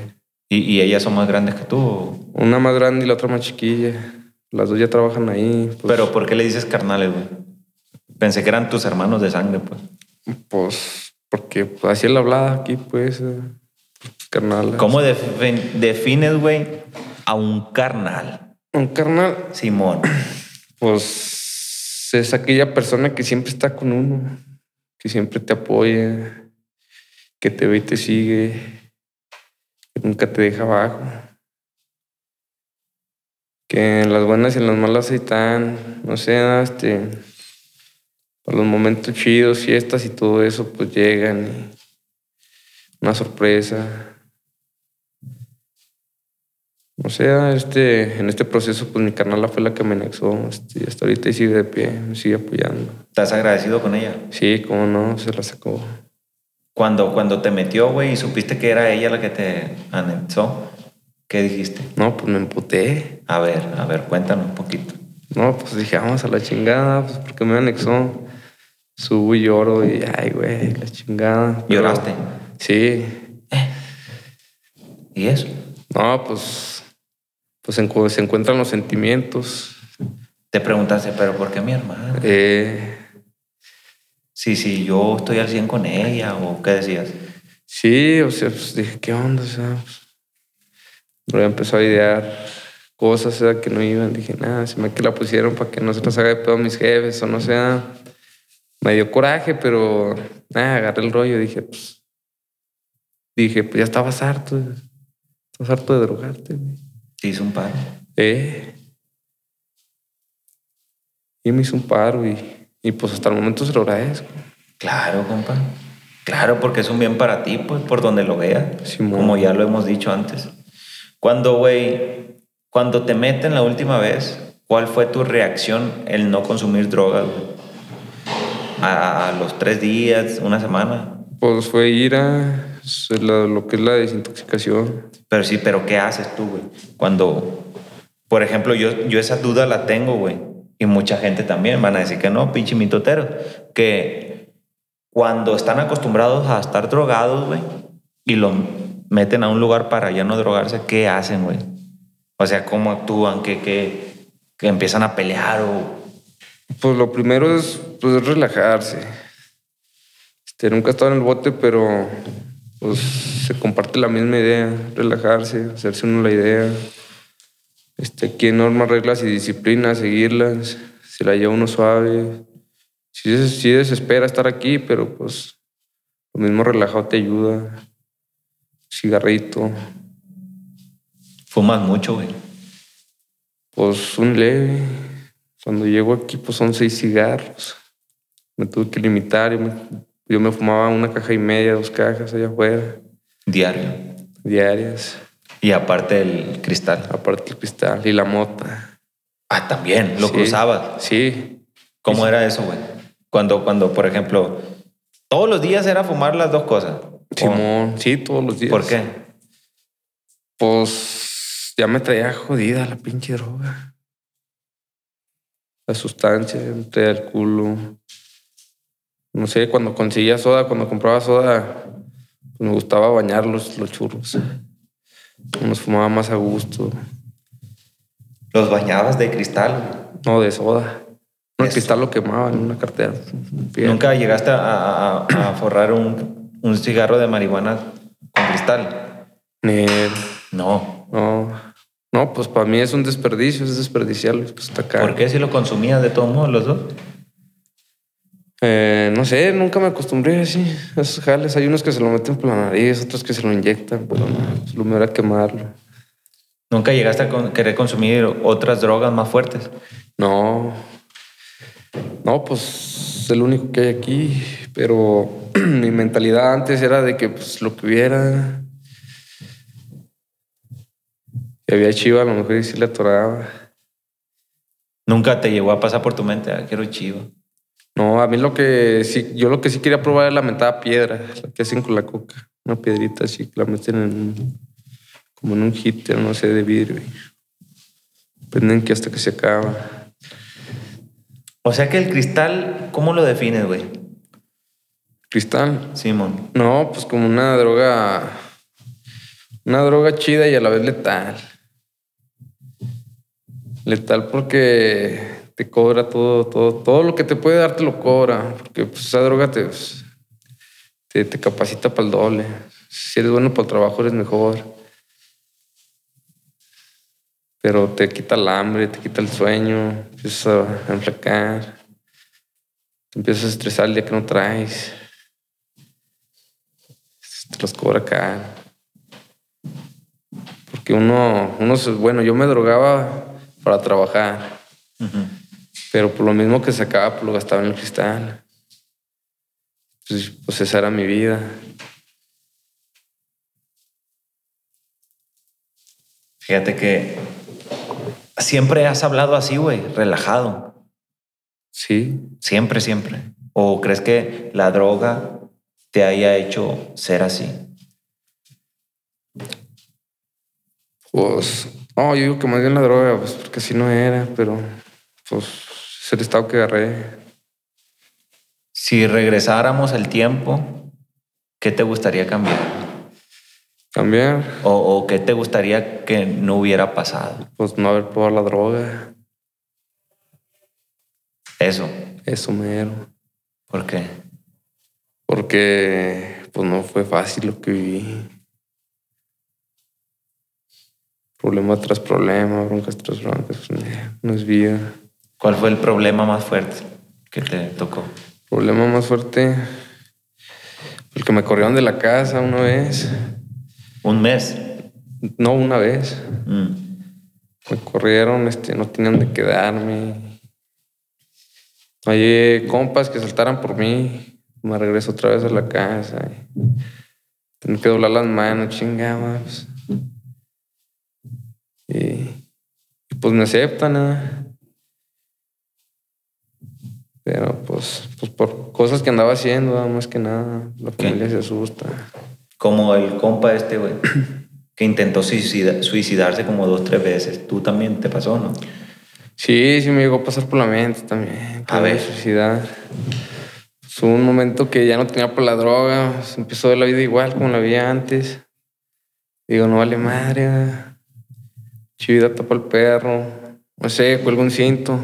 Speaker 1: ¿Y, y ellas son más grandes que tú?
Speaker 2: Una más grande y la otra más chiquilla. Las dos ya trabajan ahí. pues,
Speaker 1: Pero ¿por qué le dices carnales, güey? Pensé que eran tus hermanos de sangre, pues.
Speaker 2: Pues, porque pues, así es la hablada aquí, pues. eh, Carnal.
Speaker 1: ¿Cómo defi- defines, güey, a un carnal?
Speaker 2: Un carnal,
Speaker 1: Simón.
Speaker 2: pues, es aquella persona que siempre está con uno, que siempre te apoya, que te ve y te sigue, que nunca te deja abajo. Que en las buenas y en las malas ahí están, no sé, este, para los momentos chidos, fiestas y todo eso, pues llegan. y una sorpresa. O sea, este, en este proceso, pues mi carnala fue la que me anexó este, y hasta ahorita y sigue de pie, me sigue apoyando.
Speaker 1: ¿Estás agradecido con ella?
Speaker 2: Sí, cómo no, se la sacó.
Speaker 1: Cuando, cuando te metió, güey, y supiste que era ella la que te anexó, ¿qué dijiste?
Speaker 2: No, pues me emputé.
Speaker 1: A ver, a ver, cuéntanos un poquito.
Speaker 2: No, pues dije, vamos a la chingada, pues porque me anexó. Subo y lloro y, ay, güey, la chingada. Pero-
Speaker 1: ¿Lloraste?
Speaker 2: Sí.
Speaker 1: ¿Y eso?
Speaker 2: No, pues, pues en cu- se encuentran los sentimientos.
Speaker 1: Te preguntaste, ¿pero por qué mi hermana?
Speaker 2: Eh,
Speaker 1: Sí, sí, yo estoy al 100 con ella, o qué decías.
Speaker 2: sí, o sea, pues dije, ¿qué onda? O sea, pues, luego empezó a idear cosas o sea, que no iban. Dije, nada, se me que la pusieron para que no se las haga de pedo a mis jefes o no sea. Me dio coraje, pero nada, agarré el rollo. Dije, pues, dije, pues ya estabas harto. Estabas harto de drogarte. güey.
Speaker 1: Te hizo un par.
Speaker 2: Eh. Y me hizo un paro y, y pues hasta el momento se lo agradezco.
Speaker 1: Claro, compa. Claro, porque es un bien para ti, pues, por donde lo veas.
Speaker 2: Simón.
Speaker 1: Como ya lo hemos dicho antes. Cuando, güey, cuando te meten la última vez, ¿cuál fue tu reacción el no consumir drogas, güey? A, a los tres días, una semana.
Speaker 2: Pues fue ir a se la- lo que es la desintoxicación.
Speaker 1: Pero sí, pero ¿qué haces tú, güey? Cuando, por ejemplo, yo, yo esa duda la tengo, güey. Y mucha gente también van a decir que no, pinche mitotero. Que cuando están acostumbrados a estar drogados, güey, y los meten a un lugar para ya no drogarse, ¿qué hacen, güey? O sea, ¿cómo actúan? ¿Qué, qué, que empiezan a pelear o...?
Speaker 2: Pues lo primero es pues, relajarse. Este, nunca he estado en el bote, pero pues se comparte la misma idea, relajarse, hacerse uno la idea. Este, aquí hay normas, reglas y disciplinas, seguirlas. Si la lleva uno suave. Si, des- si desespera estar aquí, pero pues lo mismo relajado te ayuda. Cigarrito,
Speaker 1: Fumas mucho, güey.
Speaker 2: Pues un leve. Cuando llego aquí, pues son seis cigarros. Me tuve que limitar. Yo me, yo me fumaba una caja y media, dos cajas allá afuera,
Speaker 1: Diario.
Speaker 2: diarias.
Speaker 1: Y aparte el cristal.
Speaker 2: Aparte el cristal y la mota.
Speaker 1: Ah, también, lo
Speaker 2: Sí.
Speaker 1: cruzabas.
Speaker 2: Sí.
Speaker 1: ¿Cómo era eso, güey? Cuando, cuando, por ejemplo, todos los días era fumar las dos cosas.
Speaker 2: Simón, sí, todos los días.
Speaker 1: ¿Por qué?
Speaker 2: Pues ya me traía jodida la pinche droga. La sustancia, me traía el culo. No sé, cuando conseguía soda, cuando compraba soda, pues, me gustaba bañar los, los churros. Nos fumaba más a gusto.
Speaker 1: Los bañabas de cristal.
Speaker 2: No, de soda. No, el
Speaker 1: Eso.
Speaker 2: cristal lo quemaba en una cartera.
Speaker 1: Nunca llegaste a, a- a- a forrar un, un cigarro de marihuana con cristal.
Speaker 2: Eh,
Speaker 1: No.
Speaker 2: no. No, pues para mí es un desperdicio, es desperdiciarlo. Pues está acá.
Speaker 1: ¿Por qué si lo consumías de todos modos los dos?
Speaker 2: Eh, no sé, nunca me acostumbré así. a Esos jales, hay unos que se lo meten por la nariz, otros que se lo inyectan, pero no, pues, lo me era quemarlo.
Speaker 1: Nunca llegaste a con- querer consumir otras drogas más fuertes.
Speaker 2: No. No, pues es el único que hay aquí, pero mi mentalidad antes era de que pues lo que hubiera. Si había chiva, a lo mejor y sí le atoraba.
Speaker 1: Nunca te llegó a pasar por tu mente, ah, quiero chivo.
Speaker 2: No, a mí lo que sí, yo lo que sí quería probar es la mentada piedra, la que hacen con la coca. Una piedrita así que la meten en un- como en un hitter, no sé, de vidrio. y Prenden que hasta que se acaba.
Speaker 1: O sea que el cristal, ¿cómo lo defines, güey?
Speaker 2: Cristal.
Speaker 1: Simón.
Speaker 2: No, pues como una droga. Una droga chida y a la vez letal. Letal porque te cobra todo, todo, todo lo que te puede dar te lo cobra. Porque pues, esa droga te, pues, te, te capacita para el doble. Si eres bueno para el trabajo, eres mejor. Pero te quita el hambre, te quita el sueño, empiezas a enflacar. Te empiezas a estresar el día que no traes. Te los cobra acá. Porque uno, uno, se- bueno, yo me drogaba para trabajar,
Speaker 1: Ujú.
Speaker 2: pero por lo mismo que sacaba, pues lo gastaba en el cristal. Pues, pues esa era mi vida.
Speaker 1: Fíjate que siempre has hablado así, güey, relajado.
Speaker 2: Sí,
Speaker 1: Siempre, siempre. ¿O crees que la droga te haya hecho ser así?
Speaker 2: Pues, no, yo digo que más bien la droga, pues porque si no era, pero pues es el estado que agarré.
Speaker 1: Si regresáramos el tiempo, ¿qué te gustaría cambiar?
Speaker 2: Cambiar,
Speaker 1: ¿O, o qué te gustaría que no hubiera pasado?
Speaker 2: pues no haber probado la droga,
Speaker 1: Eso.
Speaker 2: eso mero.
Speaker 1: ¿Por qué?
Speaker 2: Porque pues no fue fácil lo que viví. Problema tras problema, broncas tras broncas, pues, no, no es vida.
Speaker 1: ¿Cuál fue el problema más fuerte que te tocó?
Speaker 2: Problema más fuerte, el que me corrieron de la casa una vez,
Speaker 1: Un mes.
Speaker 2: no una vez,
Speaker 1: Mm.
Speaker 2: Me corrieron, este, no tenían de quedarme. Hallé compas que saltaran por mí. Me regreso otra vez a la casa. Tengo que doblar las manos, chingada. pues. Y, y pues me aceptan, ¿eh? ¿verdad? Pero pues, pues por cosas que andaba haciendo, ¿verdad? más que nada, la familia se asusta.
Speaker 1: Como el compa este, güey, que intentó suicida- suicidarse como dos, tres veces. Tú también te pasó, ¿no?
Speaker 2: Sí, sí me llegó a pasar por la mente también.
Speaker 1: A ver.
Speaker 2: La Suicidar. Pues, hubo un momento que ya no tenía por la droga. pues, empezó la vida igual como la había antes. Digo, no vale madre. ¿verdad? Chivida tapa el perro. No sé, cuelgo un cinto.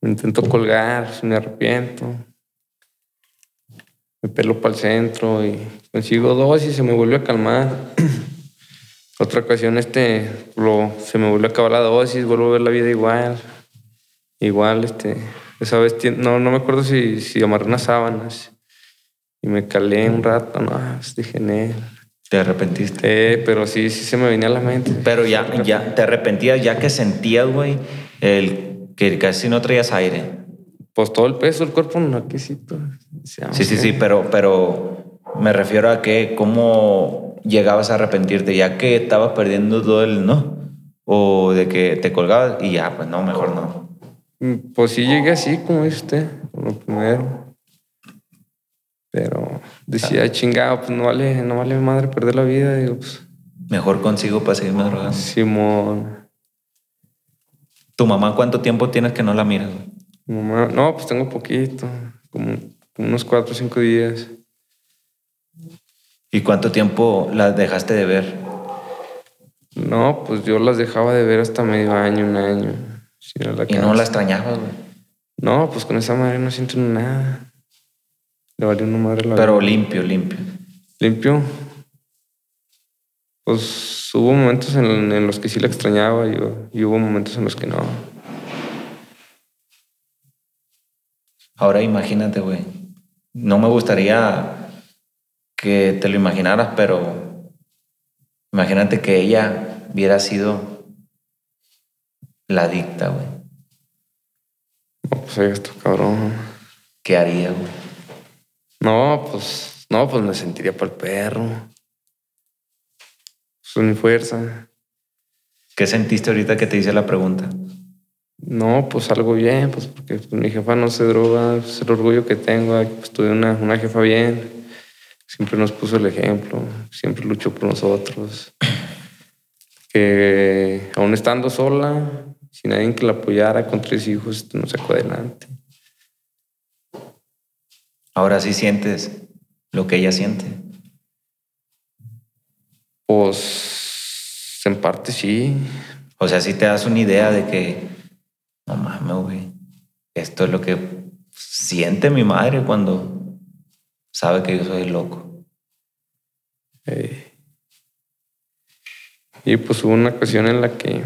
Speaker 2: Me intento colgar, pues, me arrepiento. Me pelo para el centro y consigo dos y se me vuelve a calmar. Otra ocasión, este, lo, se me volvió a acabar la dosis, vuelvo a ver la vida igual. Igual, este, esa vez, tien- no, no me acuerdo si, si amarré unas sábanas y me calé un rato, no, pues, dije en él.
Speaker 1: Te arrepentiste.
Speaker 2: Eh, pero sí, sí se me venía a la mente.
Speaker 1: Pero ya, ya te arrepentías, ya que sentías, güey, el que casi no traías aire.
Speaker 2: Pues todo el peso del cuerpo, no, aquí sí, pues, decía,
Speaker 1: Sí, sí,
Speaker 2: ok.
Speaker 1: sí, pero, pero me refiero a que cómo llegabas a arrepentirte, ya que estabas perdiendo todo el no, o de que te colgabas y ya, pues no, mejor no.
Speaker 2: Mm, Pues sí llegué así, como dice usted, con lo primero. Pero decía, chingado, pues no vale, no vale madre perder la vida. Digo, pues,
Speaker 1: Mejor consigo para seguirme drogando.
Speaker 2: Simón.
Speaker 1: ¿Tu mamá cuánto tiempo tienes que no la miras? güey?
Speaker 2: Mi mamá, no, pues tengo poquito, como, como unos cuatro o cinco días.
Speaker 1: ¿Y cuánto tiempo la dejaste de ver?
Speaker 2: No, pues yo las dejaba de ver hasta medio año, un año. si no la
Speaker 1: Y no
Speaker 2: alcanza.
Speaker 1: la extrañabas, güey.
Speaker 2: No, pues con esa madre no siento nada. Le valió una madre la
Speaker 1: Pero
Speaker 2: vida.
Speaker 1: limpio, limpio.
Speaker 2: limpio. Pues hubo momentos en, en los que sí la extrañaba y, y hubo momentos en los que no.
Speaker 1: Ahora imagínate, güey. No me gustaría que te lo imaginaras, pero imagínate que ella hubiera sido la adicta, güey.
Speaker 2: No, pues oiga, esto cabrón.
Speaker 1: ¿Qué haría, güey?
Speaker 2: No, pues, no, pues me sentiría para el perro. Pues mi fuerza.
Speaker 1: ¿Qué sentiste ahorita que te hice la pregunta?
Speaker 2: No, pues algo bien, pues porque pues, mi jefa no se droga, es el orgullo que tengo, ay, pues tuve una, una jefa bien, siempre nos puso el ejemplo, siempre luchó por nosotros, que aún estando sola, sin nadie que la apoyara con tres hijos, este, nos sacó adelante.
Speaker 1: Ahora sí sientes lo que ella siente.
Speaker 2: Pues en parte sí,
Speaker 1: O sea, si te das una idea de que, no mames, güey, esto es lo que siente mi madre cuando sabe que yo soy loco.
Speaker 2: Eh, Y pues hubo una ocasión en la que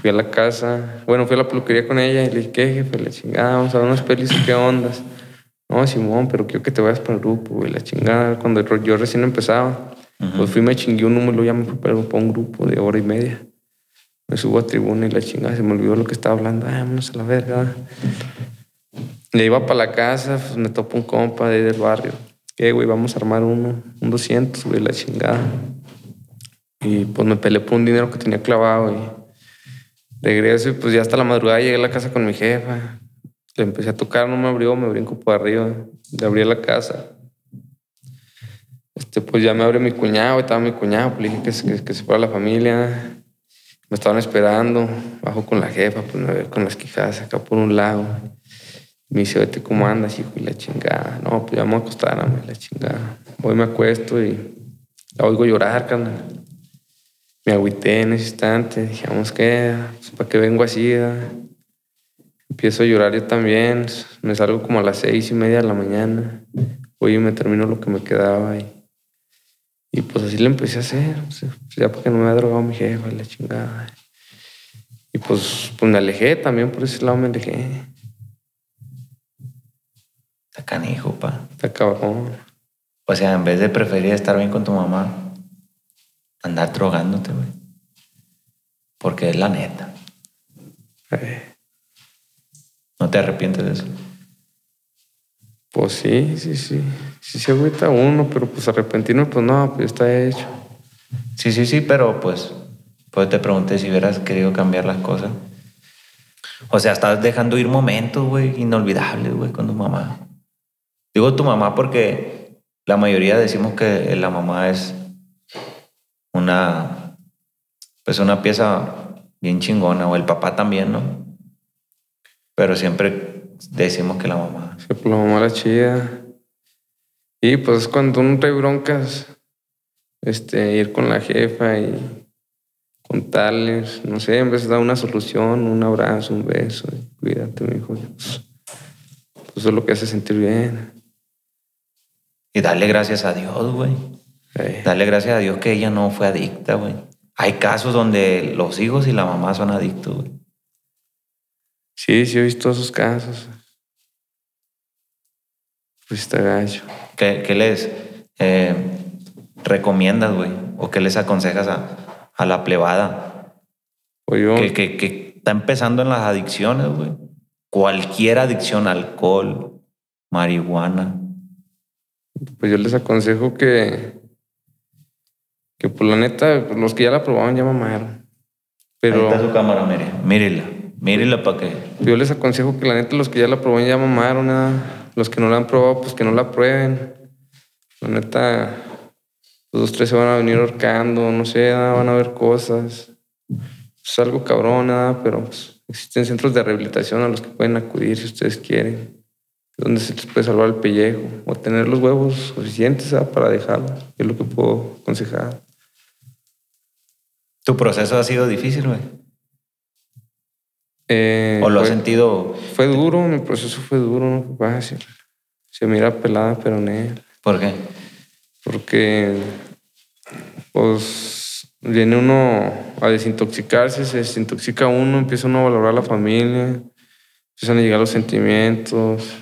Speaker 2: fui a la casa, bueno, fui a la peluquería con ella y le dije, ¿qué jefe? La chingada, vamos a ver unas pelis, ¿qué ondas? No, Simón, pero quiero que te vayas para el grupo, güey, la chingada. Cuando ro- yo recién empezaba,
Speaker 1: Ujú.
Speaker 2: pues fui, me chingué un número, ya me fui para para un grupo de hora y media. Me subo a tribuna y la chingada, se me olvidó lo que estaba hablando, ah, vámonos a la verga. Le iba para la casa, pues me topo un compa de ahí "Eh, del barrio. Que, güey, vamos a armar uno, un 200, güey, la chingada. Y pues me peleé por un dinero que tenía clavado y regreso y pues ya hasta la madrugada llegué a la casa con mi jefa. Le empecé a tocar, no me abrió, me brinco por arriba. Le abrí la casa. Este, pues ya me abre mi cuñado, estaba mi cuñado, pues le dije que, se- que, que se fuera la familia. Me estaban esperando, bajo con la jefa, pues me ve con las quijadas acá por un lado. Me dice, vete cómo andas, hijo, y la chingada. No, pues ya vamos a acostar, hombre, la chingada. Hoy me acuesto y la oigo llorar, carnal. Me agüité en ese instante, dije, vamos, ¿qué? Pues, ¿Para qué vengo así? da? Empiezo a llorar yo también, me salgo como a las seis y media de la mañana. Voy y me termino lo que me quedaba y, y pues así le empecé a hacer. o sea, pues, ya porque no me ha drogado mi jefa, la chingada. Y pues, pues me alejé también, por ese lado me alejé.
Speaker 1: Está canijo, pa.
Speaker 2: Está cabrón.
Speaker 1: O sea, en vez de preferir estar bien con tu mamá, andar drogándote, güey. Porque es la neta.
Speaker 2: Eh.
Speaker 1: No te arrepientes de eso.
Speaker 2: Pues sí, sí, sí. Sí se agüita uno, pero pues arrepentirme, pues no, pues está hecho.
Speaker 1: Sí, sí, sí, pero pues, pues te pregunté si hubieras querido cambiar las cosas. O sea, estás dejando ir momentos, güey, inolvidables, güey, con tu mamá. Digo tu mamá porque la mayoría decimos que la mamá es una, pues una pieza bien chingona, o el papá también, ¿no? Pero siempre decimos que la mamá.
Speaker 2: Se pues, la mamá la chida. Y pues es cuando uno trae broncas, este, ir con la jefa y contarles, no sé, en vez de dar una solución, un abrazo, un beso, y cuídate, mi hijo. Pues, eso es lo que hace sentir bien.
Speaker 1: Y darle gracias a Dios, güey.
Speaker 2: Eh,
Speaker 1: Dale gracias a Dios que ella no fue adicta, güey. Hay casos donde los hijos y la mamá son adictos, güey.
Speaker 2: Sí, sí, he visto esos casos. Pues está gacho.
Speaker 1: ¿Qué, qué les eh, recomiendas, güey? ¿O qué les aconsejas a, a la plebada
Speaker 2: O Pues, yo-
Speaker 1: que, que- que está empezando en las adicciones, güey? Cualquier adicción, alcohol, marihuana.
Speaker 2: pues yo les aconsejo que, que pues la neta, pues, los que ya la probaban ya mamaron.
Speaker 1: Ahí está su
Speaker 2: Pero
Speaker 1: cámara, mire. Mírela. Mírela para que...
Speaker 2: yo les aconsejo que la neta, los que ya la probaban ya mamaron. nada. Los que no la han probado, pues que no la prueben. La neta, los dos, tres se van a venir horcando, no sé, nada, van a ver cosas. Es algo cabrón, nada, pero pues, existen centros de rehabilitación a los que pueden acudir si ustedes quieren. Donde se les puede salvar el pellejo o tener los huevos suficientes ah, para dejarlo. Es lo que puedo aconsejar.
Speaker 1: ¿Tu proceso ha sido difícil, güey?
Speaker 2: Eh,
Speaker 1: ¿O lo has
Speaker 2: fue-
Speaker 1: sentido?
Speaker 2: Fue duro, mi proceso fue duro, no fue fácil. Se mira pelada, pero en él.
Speaker 1: ¿Por qué?
Speaker 2: Porque, pues, viene uno a desintoxicarse, se desintoxica uno, empieza uno a valorar a la familia, empiezan a llegar los sentimientos,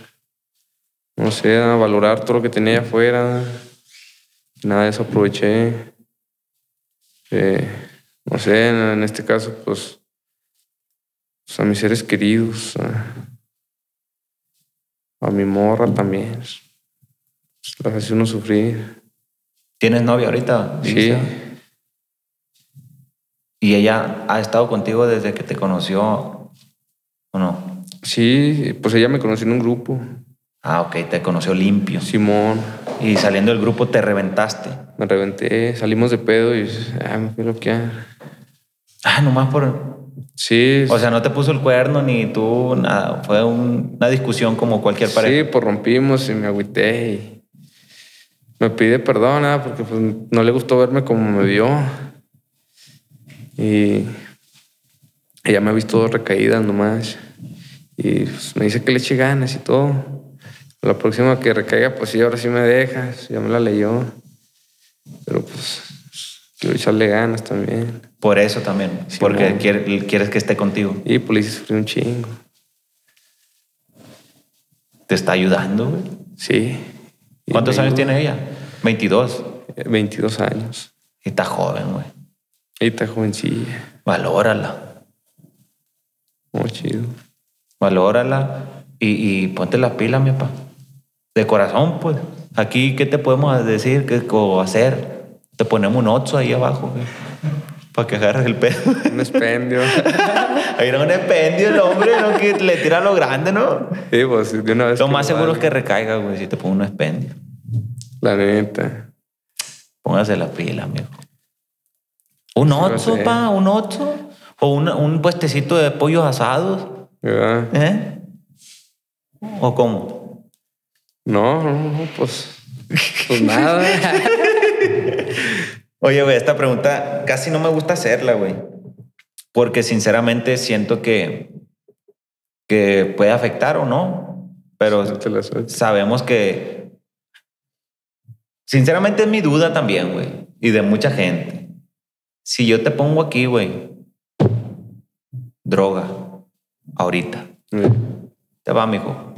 Speaker 2: no sé, a valorar todo lo que tenía allá afuera. Nada de eso aproveché. Eh, no sé, en, en este caso, pues, pues, a mis seres queridos, a, a mi morra también. Pues, las hace uno sufrir.
Speaker 1: ¿Tienes novia ahorita?
Speaker 2: Sí,
Speaker 1: Dijiste. ¿Y ella ha estado contigo desde que te conoció o no?
Speaker 2: sí, pues ella me conoció en un grupo,
Speaker 1: Ah, ok, te conoció limpio.
Speaker 2: Simón,
Speaker 1: Y saliendo del grupo te reventaste.
Speaker 2: me reventé, salimos de pedo y ah, me fui a bloquear.
Speaker 1: Ah, nomás por...
Speaker 2: Sí,
Speaker 1: O sea, no te puso el cuerno ni tú, nada. Fue un- una discusión como cualquier
Speaker 2: sí,
Speaker 1: pareja.
Speaker 2: pues rompimos y me agüité y me pide perdón, ah, porque pues, no le gustó verme como me vio. Y ella me ha visto recaída nomás y pues, me dice que le eche ganas y todo. La próxima que recaiga, pues sí, ahora sí me dejas, ya me la leyó. Pero pues quiero echarle ganas también.
Speaker 1: Por eso también.
Speaker 2: Sí,
Speaker 1: porque
Speaker 2: amor.
Speaker 1: quiere- quieres que esté contigo.
Speaker 2: Y pues le hice sufrir un chingo.
Speaker 1: Te está ayudando, güey.
Speaker 2: Sí. Y
Speaker 1: ¿Cuántos
Speaker 2: me
Speaker 1: años
Speaker 2: ayudó.
Speaker 1: tiene ella? 22.
Speaker 2: 22 años.
Speaker 1: Y está joven, güey.
Speaker 2: Y está jovencilla.
Speaker 1: Valórala.
Speaker 2: Muy chido.
Speaker 1: Valórala y, y ponte la pila, mi papá. De corazón, pues. Aquí, ¿qué te podemos decir? ¿Qué co- hacer? Te Te ponemos un otso ahí abajo, güey. Para que agarres el pedo.
Speaker 2: Un expendio.
Speaker 1: Ahí era un expendio el hombre, ¿no? Que le tira lo grande, ¿no?
Speaker 2: sí, pues de una vez.
Speaker 1: Lo más
Speaker 2: lo
Speaker 1: seguro es que
Speaker 2: hagan.
Speaker 1: recaiga, güey, si te pone un expendio.
Speaker 2: La neta.
Speaker 1: Póngase la pila, amigo. Un
Speaker 2: lo
Speaker 1: otso,
Speaker 2: sé.
Speaker 1: pa, un otso. O una- un puestecito de pollos asados.
Speaker 2: ¿Verdad?
Speaker 1: ¿Eh? ¿O cómo?
Speaker 2: No, no, no, pues. Pues nada.
Speaker 1: Oye, güey, esta pregunta casi no me gusta hacerla, güey. Porque sinceramente siento que, que puede afectar o no. Pero
Speaker 2: No te la suelto.
Speaker 1: sabemos que... Sinceramente es mi duda también, güey. Y de mucha gente. Si yo te pongo aquí, güey, droga, ahorita, te va, mijo.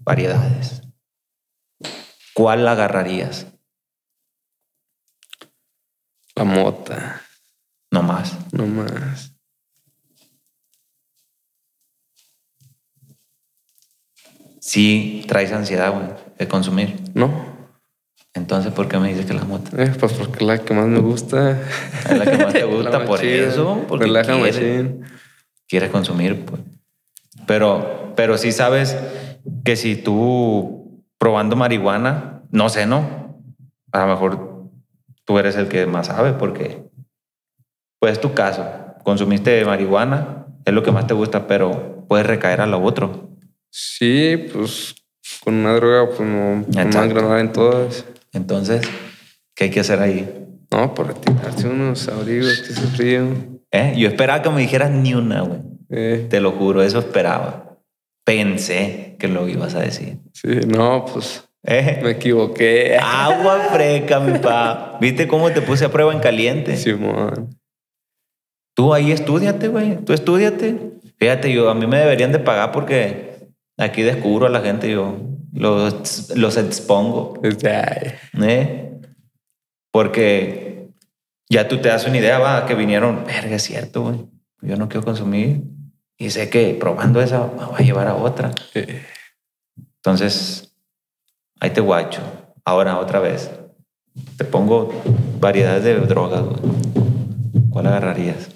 Speaker 1: Variedades. ¿Cuál la agarrarías?
Speaker 2: La mota.
Speaker 1: No más.
Speaker 2: No más.
Speaker 1: Sí, traes ansiedad, güey, de consumir.
Speaker 2: No.
Speaker 1: Entonces, ¿por qué me dices que la mota?
Speaker 2: Eh, pues porque es la que más me gusta.
Speaker 1: Es la que más te
Speaker 2: La
Speaker 1: gusta
Speaker 2: más
Speaker 1: por
Speaker 2: chida.
Speaker 1: eso, porque
Speaker 2: Relaja
Speaker 1: quieres,
Speaker 2: machín.
Speaker 1: quieres consumir, pues. Pero, pero sí sabes que si tú probando marihuana, no sé, ¿no? A lo mejor tú eres el que más sabe porque, pues es tu caso, consumiste marihuana, es lo que más te gusta, pero puedes recaer a lo otro.
Speaker 2: Sí, pues con una droga, pues no, no
Speaker 1: Exacto.
Speaker 2: más granada en todas.
Speaker 1: Entonces, ¿qué hay que hacer ahí?
Speaker 2: No, por retirarse unos abrigos que se frío.
Speaker 1: ¿Eh? Yo esperaba que me dijeras ni una, güey.
Speaker 2: Eh,
Speaker 1: Te lo juro, eso esperaba. Pensé que lo ibas a decir.
Speaker 2: sí, no, pues
Speaker 1: ¿Eh?
Speaker 2: me equivoqué.
Speaker 1: Ah. Agua fresca, mi pa. ¿Viste cómo te puse a prueba en caliente?
Speaker 2: Simón.
Speaker 1: Tú ahí estudiate, güey. Tú estudiate. Fíjate, yo, a mí me deberían de pagar porque aquí descubro a la gente, yo los, los expongo.
Speaker 2: Este, ay,
Speaker 1: ¿eh? Porque ya tú te das una idea, va, que vinieron, verga, es cierto, güey. Yo no quiero consumir. Y sé que probando esa me va a llevar a otra.
Speaker 2: eh,
Speaker 1: Entonces, ahí te guacho. Ahora, otra vez. Te pongo variedades de drogas, güey. ¿Cuál agarrarías?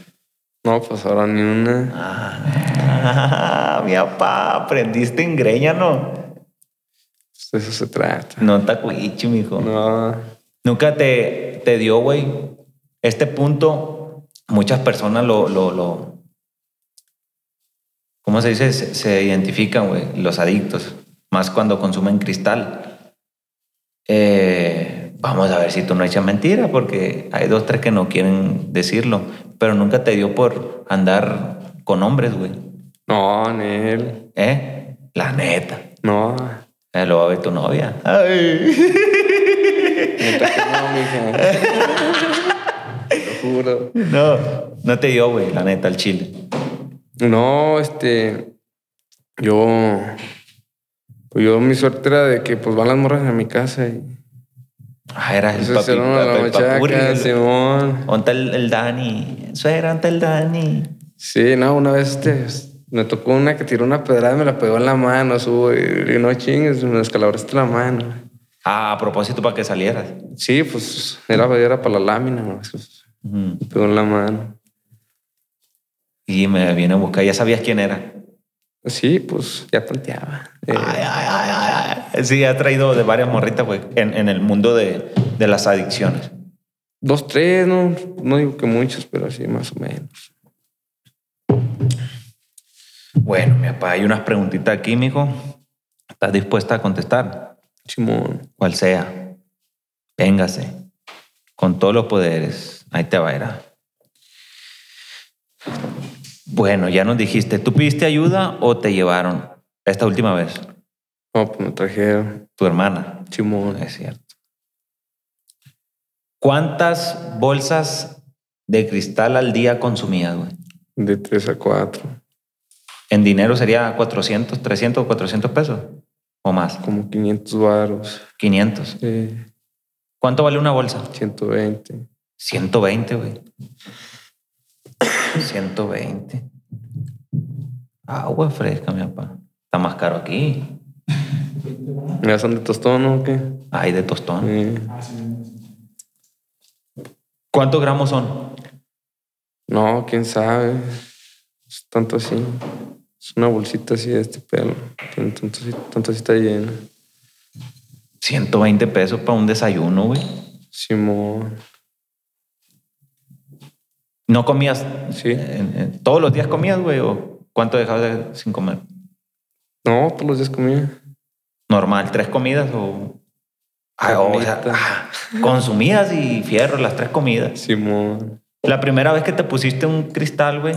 Speaker 2: no, pues ahora ni una.
Speaker 1: Ah, mi papá, aprendiste en greña, ¿no?
Speaker 2: Pues, de eso se trata.
Speaker 1: No tacuichi, mijo.
Speaker 2: No,
Speaker 1: Nunca te, te dio, güey. Este punto, muchas personas lo, lo, lo- ¿cómo se dice? Se, se identifican, güey, los adictos, más cuando consumen cristal. Eh, vamos a ver si tú no echas mentira, porque hay dos, tres que no quieren decirlo, pero nunca te dio por andar con hombres, güey.
Speaker 2: no, en él.
Speaker 1: ¿Eh? La neta.
Speaker 2: No.
Speaker 1: Eh, lo va a ver tu novia. Ay.
Speaker 2: Neta que no, mija. Te lo juro.
Speaker 1: No, no te dio, güey, la neta, al chile.
Speaker 2: No, este. Yo. Pues yo, mi suerte era de que pues van las morras a mi casa y.
Speaker 1: Ah, era el
Speaker 2: Se
Speaker 1: papi,
Speaker 2: hicieron a la
Speaker 1: papi- papurri,
Speaker 2: machaca,
Speaker 1: el-
Speaker 2: Simón.
Speaker 1: ¿Onta el, el Dani? Suegra, ¿onta el Dani?
Speaker 2: Sí, no, una vez este, me tocó una que tiró una pedrada y me la pegó en la mano, subo y, y no chingues, me descalabraste la mano.
Speaker 1: Ah, a propósito, para que salieras.
Speaker 2: Sí, pues era, era para la lámina, no, pues,
Speaker 1: Ujú.
Speaker 2: me pegó en la mano.
Speaker 1: Y me viene a buscar. ¿Ya sabías quién era?
Speaker 2: Sí, pues ya tanteaba. Eh,
Speaker 1: Ay, ay, ay, ay, ay. Sí, ha traído de varias morritas, güey, en, en el mundo de, de las adicciones.
Speaker 2: dos, tres, no, no digo que muchos, pero sí, más o menos.
Speaker 1: Bueno, mi papá, hay unas preguntitas aquí, mijo. ¿Estás dispuesta a contestar?
Speaker 2: Simón,
Speaker 1: Cual sea. Véngase. Con todos los poderes. Ahí te va, era. Bueno, ya nos dijiste, ¿tú pidiste ayuda o te llevaron? Esta última vez,
Speaker 2: no, pues me trajeron.
Speaker 1: tu hermana.
Speaker 2: Simón,
Speaker 1: Es cierto. ¿Cuántas bolsas de cristal al día consumías, güey?
Speaker 2: de tres a cuatro,
Speaker 1: En dinero sería 400, 300, 400 pesos o más,
Speaker 2: como 500 varos,
Speaker 1: 500.
Speaker 2: eh,
Speaker 1: ¿Cuánto vale una bolsa?
Speaker 2: 120.
Speaker 1: 120, güey. 120. Agua fresca, mi papá. Está más caro aquí.
Speaker 2: ¿Me hacen de tostón o qué?
Speaker 1: Hay de tostón.
Speaker 2: Eh,
Speaker 1: ¿Cuántos gramos son?
Speaker 2: No, quién sabe. Es tanto así. Es una bolsita así de este pelo. Tiene tanto, tanto así está llena.
Speaker 1: 120 pesos para un desayuno, güey.
Speaker 2: Simón.
Speaker 1: ¿No comías?
Speaker 2: Sí.
Speaker 1: eh, eh, ¿Todos los días comías, güey? ¿O cuánto dejabas de- sin comer?
Speaker 2: No, todos los días comía.
Speaker 1: ¿Normal? ¿Tres comidas o...? Ah, o sea,
Speaker 2: Comidita.
Speaker 1: ah, consumías y fierro las tres comidas.
Speaker 2: Simón.
Speaker 1: La primera vez que te pusiste un cristal, güey,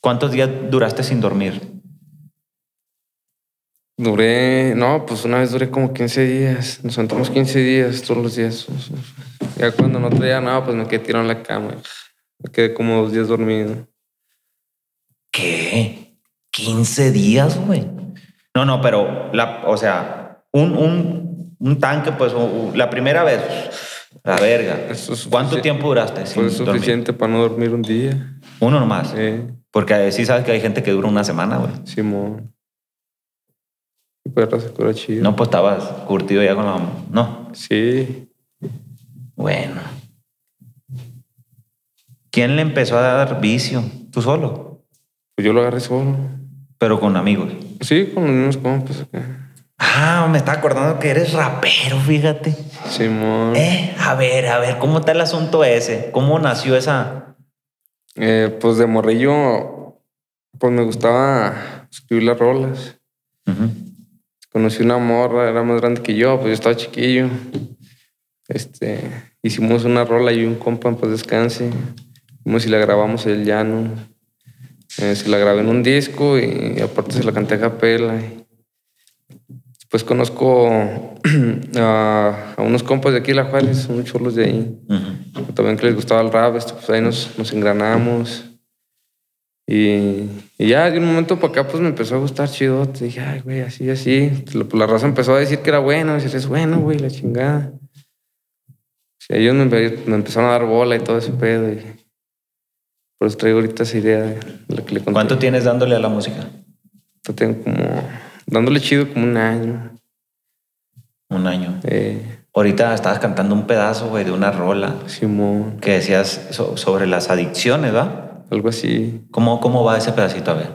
Speaker 1: ¿cuántos días duraste sin dormir?
Speaker 2: Duré, no, pues una vez duré como 15 días. Nos sentamos 15 días todos los días. Ya cuando no traía nada, pues me quedé tirado en la cama. Me quedé como dos días dormido.
Speaker 1: ¿Qué? ¿15 días, güey? No, no, pero, la, o sea, un, un, un tanque, pues, o- o la primera vez, la verga.
Speaker 2: Eso es
Speaker 1: ¿Cuánto
Speaker 2: sufici-
Speaker 1: tiempo duraste sin
Speaker 2: Fue
Speaker 1: dormir?
Speaker 2: Pues suficiente para no dormir un día.
Speaker 1: Uno nomás.
Speaker 2: Eh,
Speaker 1: Porque sí sabes que hay gente que dura una semana, güey.
Speaker 2: Simón. Y pues raza cura chido.
Speaker 1: No, pues estabas curtido ya con la... No,
Speaker 2: Sí.
Speaker 1: bueno. ¿Quién le empezó a dar vicio? Tú solo,
Speaker 2: Pues yo lo agarré solo.
Speaker 1: pero con amigos.
Speaker 2: Sí, con los mismos compas acá.
Speaker 1: Ah, me está acordando que eres rapero, fíjate.
Speaker 2: Simón.
Speaker 1: Eh, a ver, a ver, ¿cómo está el asunto ese? ¿Cómo nació esa?
Speaker 2: Eh, pues de morrillo, pues me gustaba escribir las rolas. Conocí una morra, era más grande que yo, pues yo estaba chiquillo. Este, hicimos una rola y un compa, pues descanse. Como si la grabamos el llano. Eh, se la grabé en un disco y aparte se la canté a capela. Después conozco a, a unos compas de aquí, La Juárez, unos cholos de ahí
Speaker 1: Ujú.
Speaker 2: también que les gustaba el rap, esto, pues ahí nos, nos engranamos. Y, y ya de un momento para acá, pues me empezó a gustar chido. Te dije, ay, güey, así, así. La, pues, la raza empezó a decir que era bueno, decir, es bueno, güey, la chingada. Sí, ellos me, empe- me empezaron a dar bola y todo ese pedo. Y por eso traigo ahorita esa idea de la que le conté.
Speaker 1: ¿Cuánto tienes dándole a la música?
Speaker 2: Yo Tengo como. dándole chido como un año.
Speaker 1: Un año.
Speaker 2: Eh,
Speaker 1: Ahorita estabas cantando un pedazo, güey, de una rola
Speaker 2: Simón,
Speaker 1: que decías so- sobre las adicciones, ¿verdad?
Speaker 2: algo así.
Speaker 1: ¿Cómo, ¿Cómo va ese pedacito? A ver.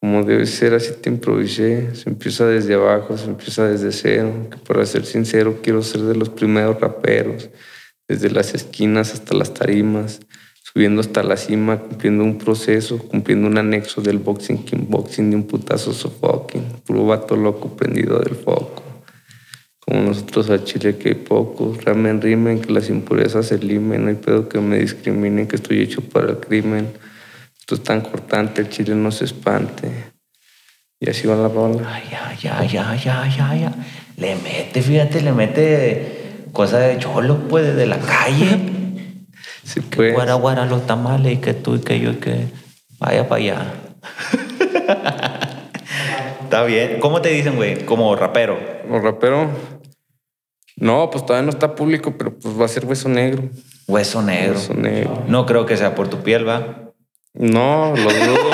Speaker 2: como debe ser, así te improvisé. Se empieza desde abajo, se empieza desde cero. Que para ser sincero, quiero ser de los primeros raperos. Desde las esquinas hasta las tarimas, subiendo hasta la cima, cumpliendo un proceso, cumpliendo un anexo del boxing, kickboxing, de un putazo sofoking. Puro vato loco prendido del foco. Como nosotros a Chile que hay pocos. Ramen rimen, que las impurezas se limen. No hay pedo que me discriminen, que estoy hecho para el crimen. Esto es tan cortante, el chile no se espante. Y así va la rola.
Speaker 1: Ay, ay, ay, ay, ay, ay, ay. Le mete, fíjate, le mete cosa de cholo, pues, de la calle.
Speaker 2: Sí,
Speaker 1: Que
Speaker 2: pues.
Speaker 1: guara, guara los tamales y que tú y que yo y que vaya para allá. Está bien. ¿Cómo te dicen, güey? Como rapero.
Speaker 2: Como rapero. No, pues todavía no está público, pero pues va a ser hueso negro.
Speaker 1: Hueso negro.
Speaker 2: Hueso negro.
Speaker 1: No creo que sea por tu piel, va.
Speaker 2: No, lo dudo.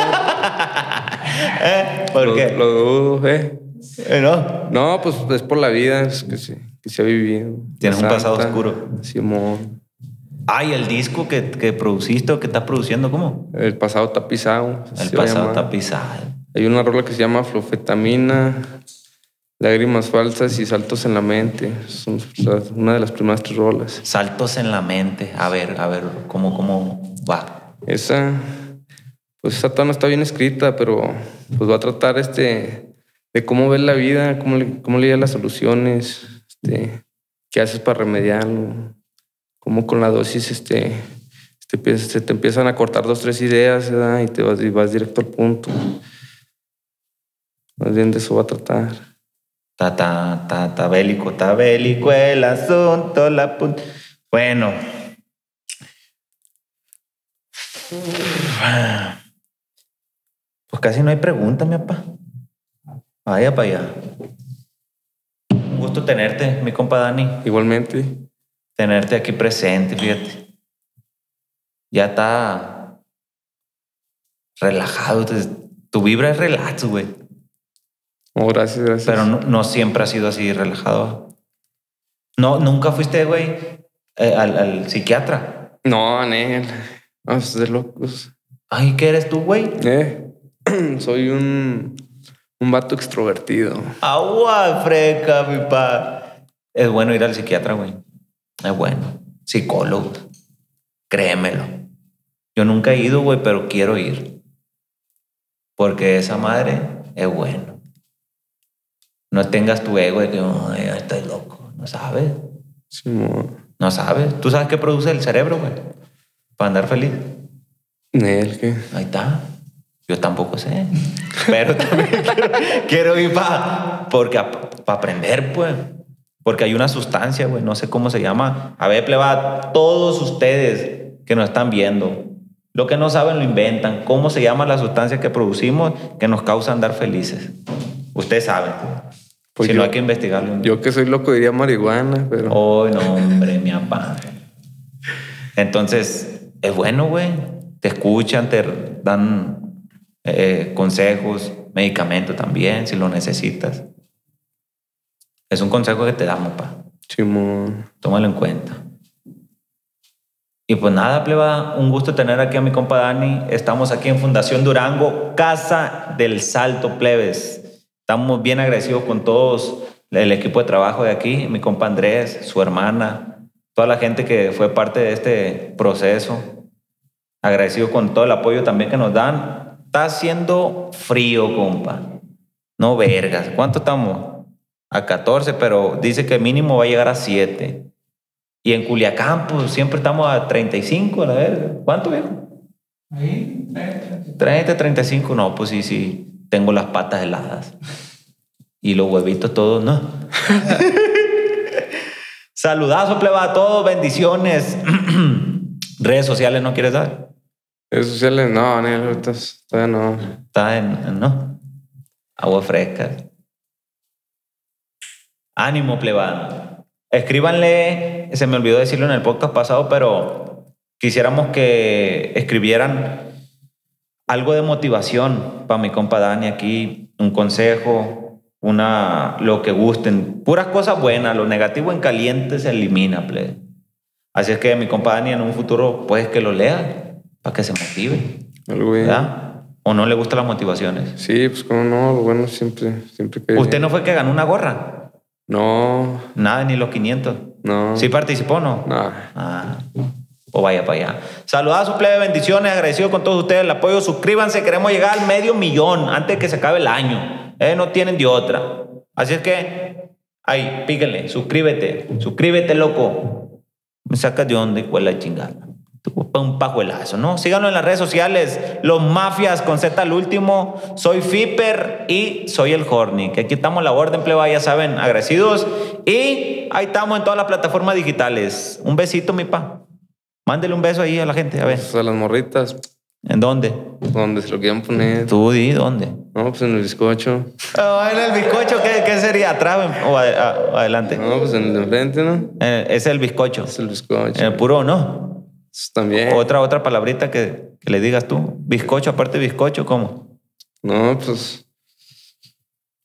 Speaker 1: ¿Eh? ¿Por
Speaker 2: lo,
Speaker 1: qué?
Speaker 2: lo dudo, eh.
Speaker 1: Eh, ¿No?
Speaker 2: No, pues es por la vida es que se, que se ha vivido.
Speaker 1: Tienes un
Speaker 2: Santa,
Speaker 1: pasado oscuro.
Speaker 2: Simón.
Speaker 1: Ay, el disco que, que produciste o que estás produciendo, ¿cómo?
Speaker 2: El pasado tapizado. así
Speaker 1: El
Speaker 2: se va a
Speaker 1: pasado
Speaker 2: llamar.
Speaker 1: tapizado.
Speaker 2: Hay una rola que se llama Flofetamina, Lágrimas falsas y saltos en la mente. Son las- una de las primeras tres rolas.
Speaker 1: Saltos en la mente. A ver, a ver, ¿cómo, cómo va?
Speaker 2: Esa, pues esa todavía no está bien escrita, pero pues va a tratar este de cómo ves la vida, cómo le, cómo le llegas las soluciones, este, qué haces para remediarlo, cómo con la dosis este, te, empie- se te empiezan a cortar dos, tres ideas ¿verdad? y te vas, y vas directo al punto. Más bien de eso va a tratar.
Speaker 1: Ta, ta, ta, ta, bélico, ta, bélico, el asunto, la punta. Bueno. Pues casi no hay preguntas, mi papá. Vaya para allá. Un gusto tenerte, mi compa Dani.
Speaker 2: Igualmente,
Speaker 1: Tenerte aquí presente, fíjate. Ya está relajado. te- Tu vibra es relax, güey.
Speaker 2: oh, gracias, gracias.
Speaker 1: Pero no, no siempre ha sido así relajado. No, nunca fuiste, güey, eh, al, al psiquiatra.
Speaker 2: No, Nel. No, es de locos.
Speaker 1: Ay, ¿qué eres tú, güey?
Speaker 2: Eh, soy un, un vato extrovertido.
Speaker 1: Agua fresca, mi pa. Es bueno ir al psiquiatra, güey. Es bueno. Psicólogo. Créemelo. Yo nunca he ido, güey, pero quiero ir. Porque esa madre es bueno. No tengas tu ego de que "Ay, estás loco. No sabes.
Speaker 2: Simón.
Speaker 1: No sabes. Tú sabes qué produce el cerebro, güey. Para andar feliz.
Speaker 2: Nel, ¿qué?
Speaker 1: Ahí está. Yo tampoco sé. Pero también quiero, quiero ir para porque para aprender, pues. Porque hay una sustancia, güey, no sé cómo se llama. A ver, pleba, todos ustedes que nos están viendo, lo que no saben lo inventan. ¿Cómo se llama la sustancia que producimos que nos causa andar felices? Ustedes saben.
Speaker 2: Pues
Speaker 1: si
Speaker 2: yo-
Speaker 1: no hay que investigarlo.
Speaker 2: Yo que soy loco diría marihuana, pero.
Speaker 1: Ay, Oh, no, hombre, mi papá. Entonces, es bueno, güey. Te escuchan, te dan eh, consejos, medicamento también, si lo necesitas. Es un consejo que te damos, pa.
Speaker 2: Simón.
Speaker 1: Tómalo en cuenta. Y pues nada, pleba, un gusto tener aquí a mi compa Dani. Estamos aquí en Fundación Durango, Casa del Salto Plebes. Estamos bien agradecidos con todos el equipo de trabajo de aquí, mi compa Andrés, su hermana, toda la gente que fue parte de este proceso. Agradecido con todo el apoyo también que nos dan. Está haciendo frío, compa. No vergas. ¿Cuánto estamos? A 14, pero dice que mínimo va a llegar a 7. Y en Culiacán, pues siempre estamos a 35, a la verga. ¿Cuánto, viejo?
Speaker 3: Ahí, eh,
Speaker 1: 30, 35. No, pues sí, sí. Tengo las patas heladas. Y los huevitos todos, no. Saludazo, pleba, a todos. Bendiciones. Redes sociales, ¿no quieres dar?
Speaker 2: Redes sociales, no, Nel, ahorita es- todavía no.
Speaker 1: Está en, ¿no? Agua fresca. Ánimo, plebano. Escríbanle, se me olvidó decirlo en el podcast pasado, pero quisiéramos que escribieran algo de motivación para mi compa Dani aquí, un consejo, una lo que gusten, puras cosas buenas, lo negativo en caliente se elimina, plebe. Así es que mi compa Dani en un futuro pues que lo lea para que se motive.
Speaker 2: Algo bien.
Speaker 1: ¿verdad? ¿O no le gustan las motivaciones?
Speaker 2: Sí, pues como no, lo bueno siempre, siempre que.
Speaker 1: ¿Usted no fue el que ganó una gorra?
Speaker 2: No,
Speaker 1: Nada, ni los 500.
Speaker 2: no.
Speaker 1: ¿Sí participó o no?
Speaker 2: Nah.
Speaker 1: Ah, o vaya para allá. Saludados, su plebe, bendiciones, agradecido con todos ustedes el apoyo. Suscríbanse, queremos llegar al medio millón antes de que se acabe el año. Eh, no tienen de otra. Así es que, ahí, píquenle, suscríbete, suscríbete, loco. Me sacas de onda y cuela chingada. Tú, pa- Un pajuelazo, ¿no? Síganlo en las redes sociales, Los Mafias con Z al último. Soy Fiper y soy el Horny. Que aquí estamos a la orden, pleba, ya saben, agradecidos. Y ahí estamos en todas las plataformas digitales. Un besito, mi pa. Mándele un beso ahí a la gente, a ver.
Speaker 2: Pues a las morritas,
Speaker 1: ¿En dónde?
Speaker 2: donde se lo quieran poner.
Speaker 1: Tú di, ¿dónde?
Speaker 2: No, pues en el bizcocho.
Speaker 1: Ah, en el bizcocho, ¿qué, qué sería? ¿Atrás o ade- a- adelante?
Speaker 2: No, pues en el de enfrente, ¿no?
Speaker 1: Eh, es el bizcocho.
Speaker 2: Es el bizcocho.
Speaker 1: Eh, puro, ¿no?
Speaker 2: Pues también.
Speaker 1: Otra, otra palabrita que, que le digas tú. Bizcocho, aparte de bizcocho, ¿cómo?
Speaker 2: No, pues.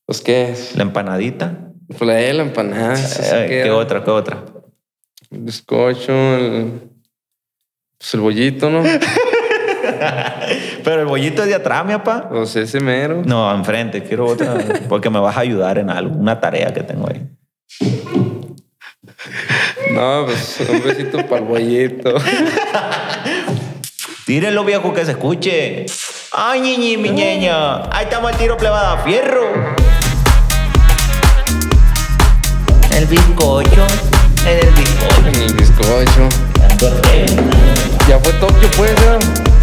Speaker 2: Pues qué es.
Speaker 1: La empanadita.
Speaker 2: Pues la de la empanada. eso se
Speaker 1: Eh, ¿Qué
Speaker 2: queda.
Speaker 1: otra? ¿Qué otra?
Speaker 2: El bizcocho, el. Pues el bollito, ¿no?
Speaker 1: Pero el bollito es de atrás, mi papá.
Speaker 2: pues ese mero.
Speaker 1: No, enfrente, quiero otra. Porque me vas a ayudar en algo, una tarea que tengo ahí.
Speaker 2: No, pues un besito para el bollito.
Speaker 1: Tírenlo, viejo, que se escuche. Ay, niñi, mi ñeña. Ahí estamos al tiro plebada. Fierro. El bizcocho. En el bizcocho.
Speaker 2: En el bizcocho. Ya fue Tokio, pues, ya.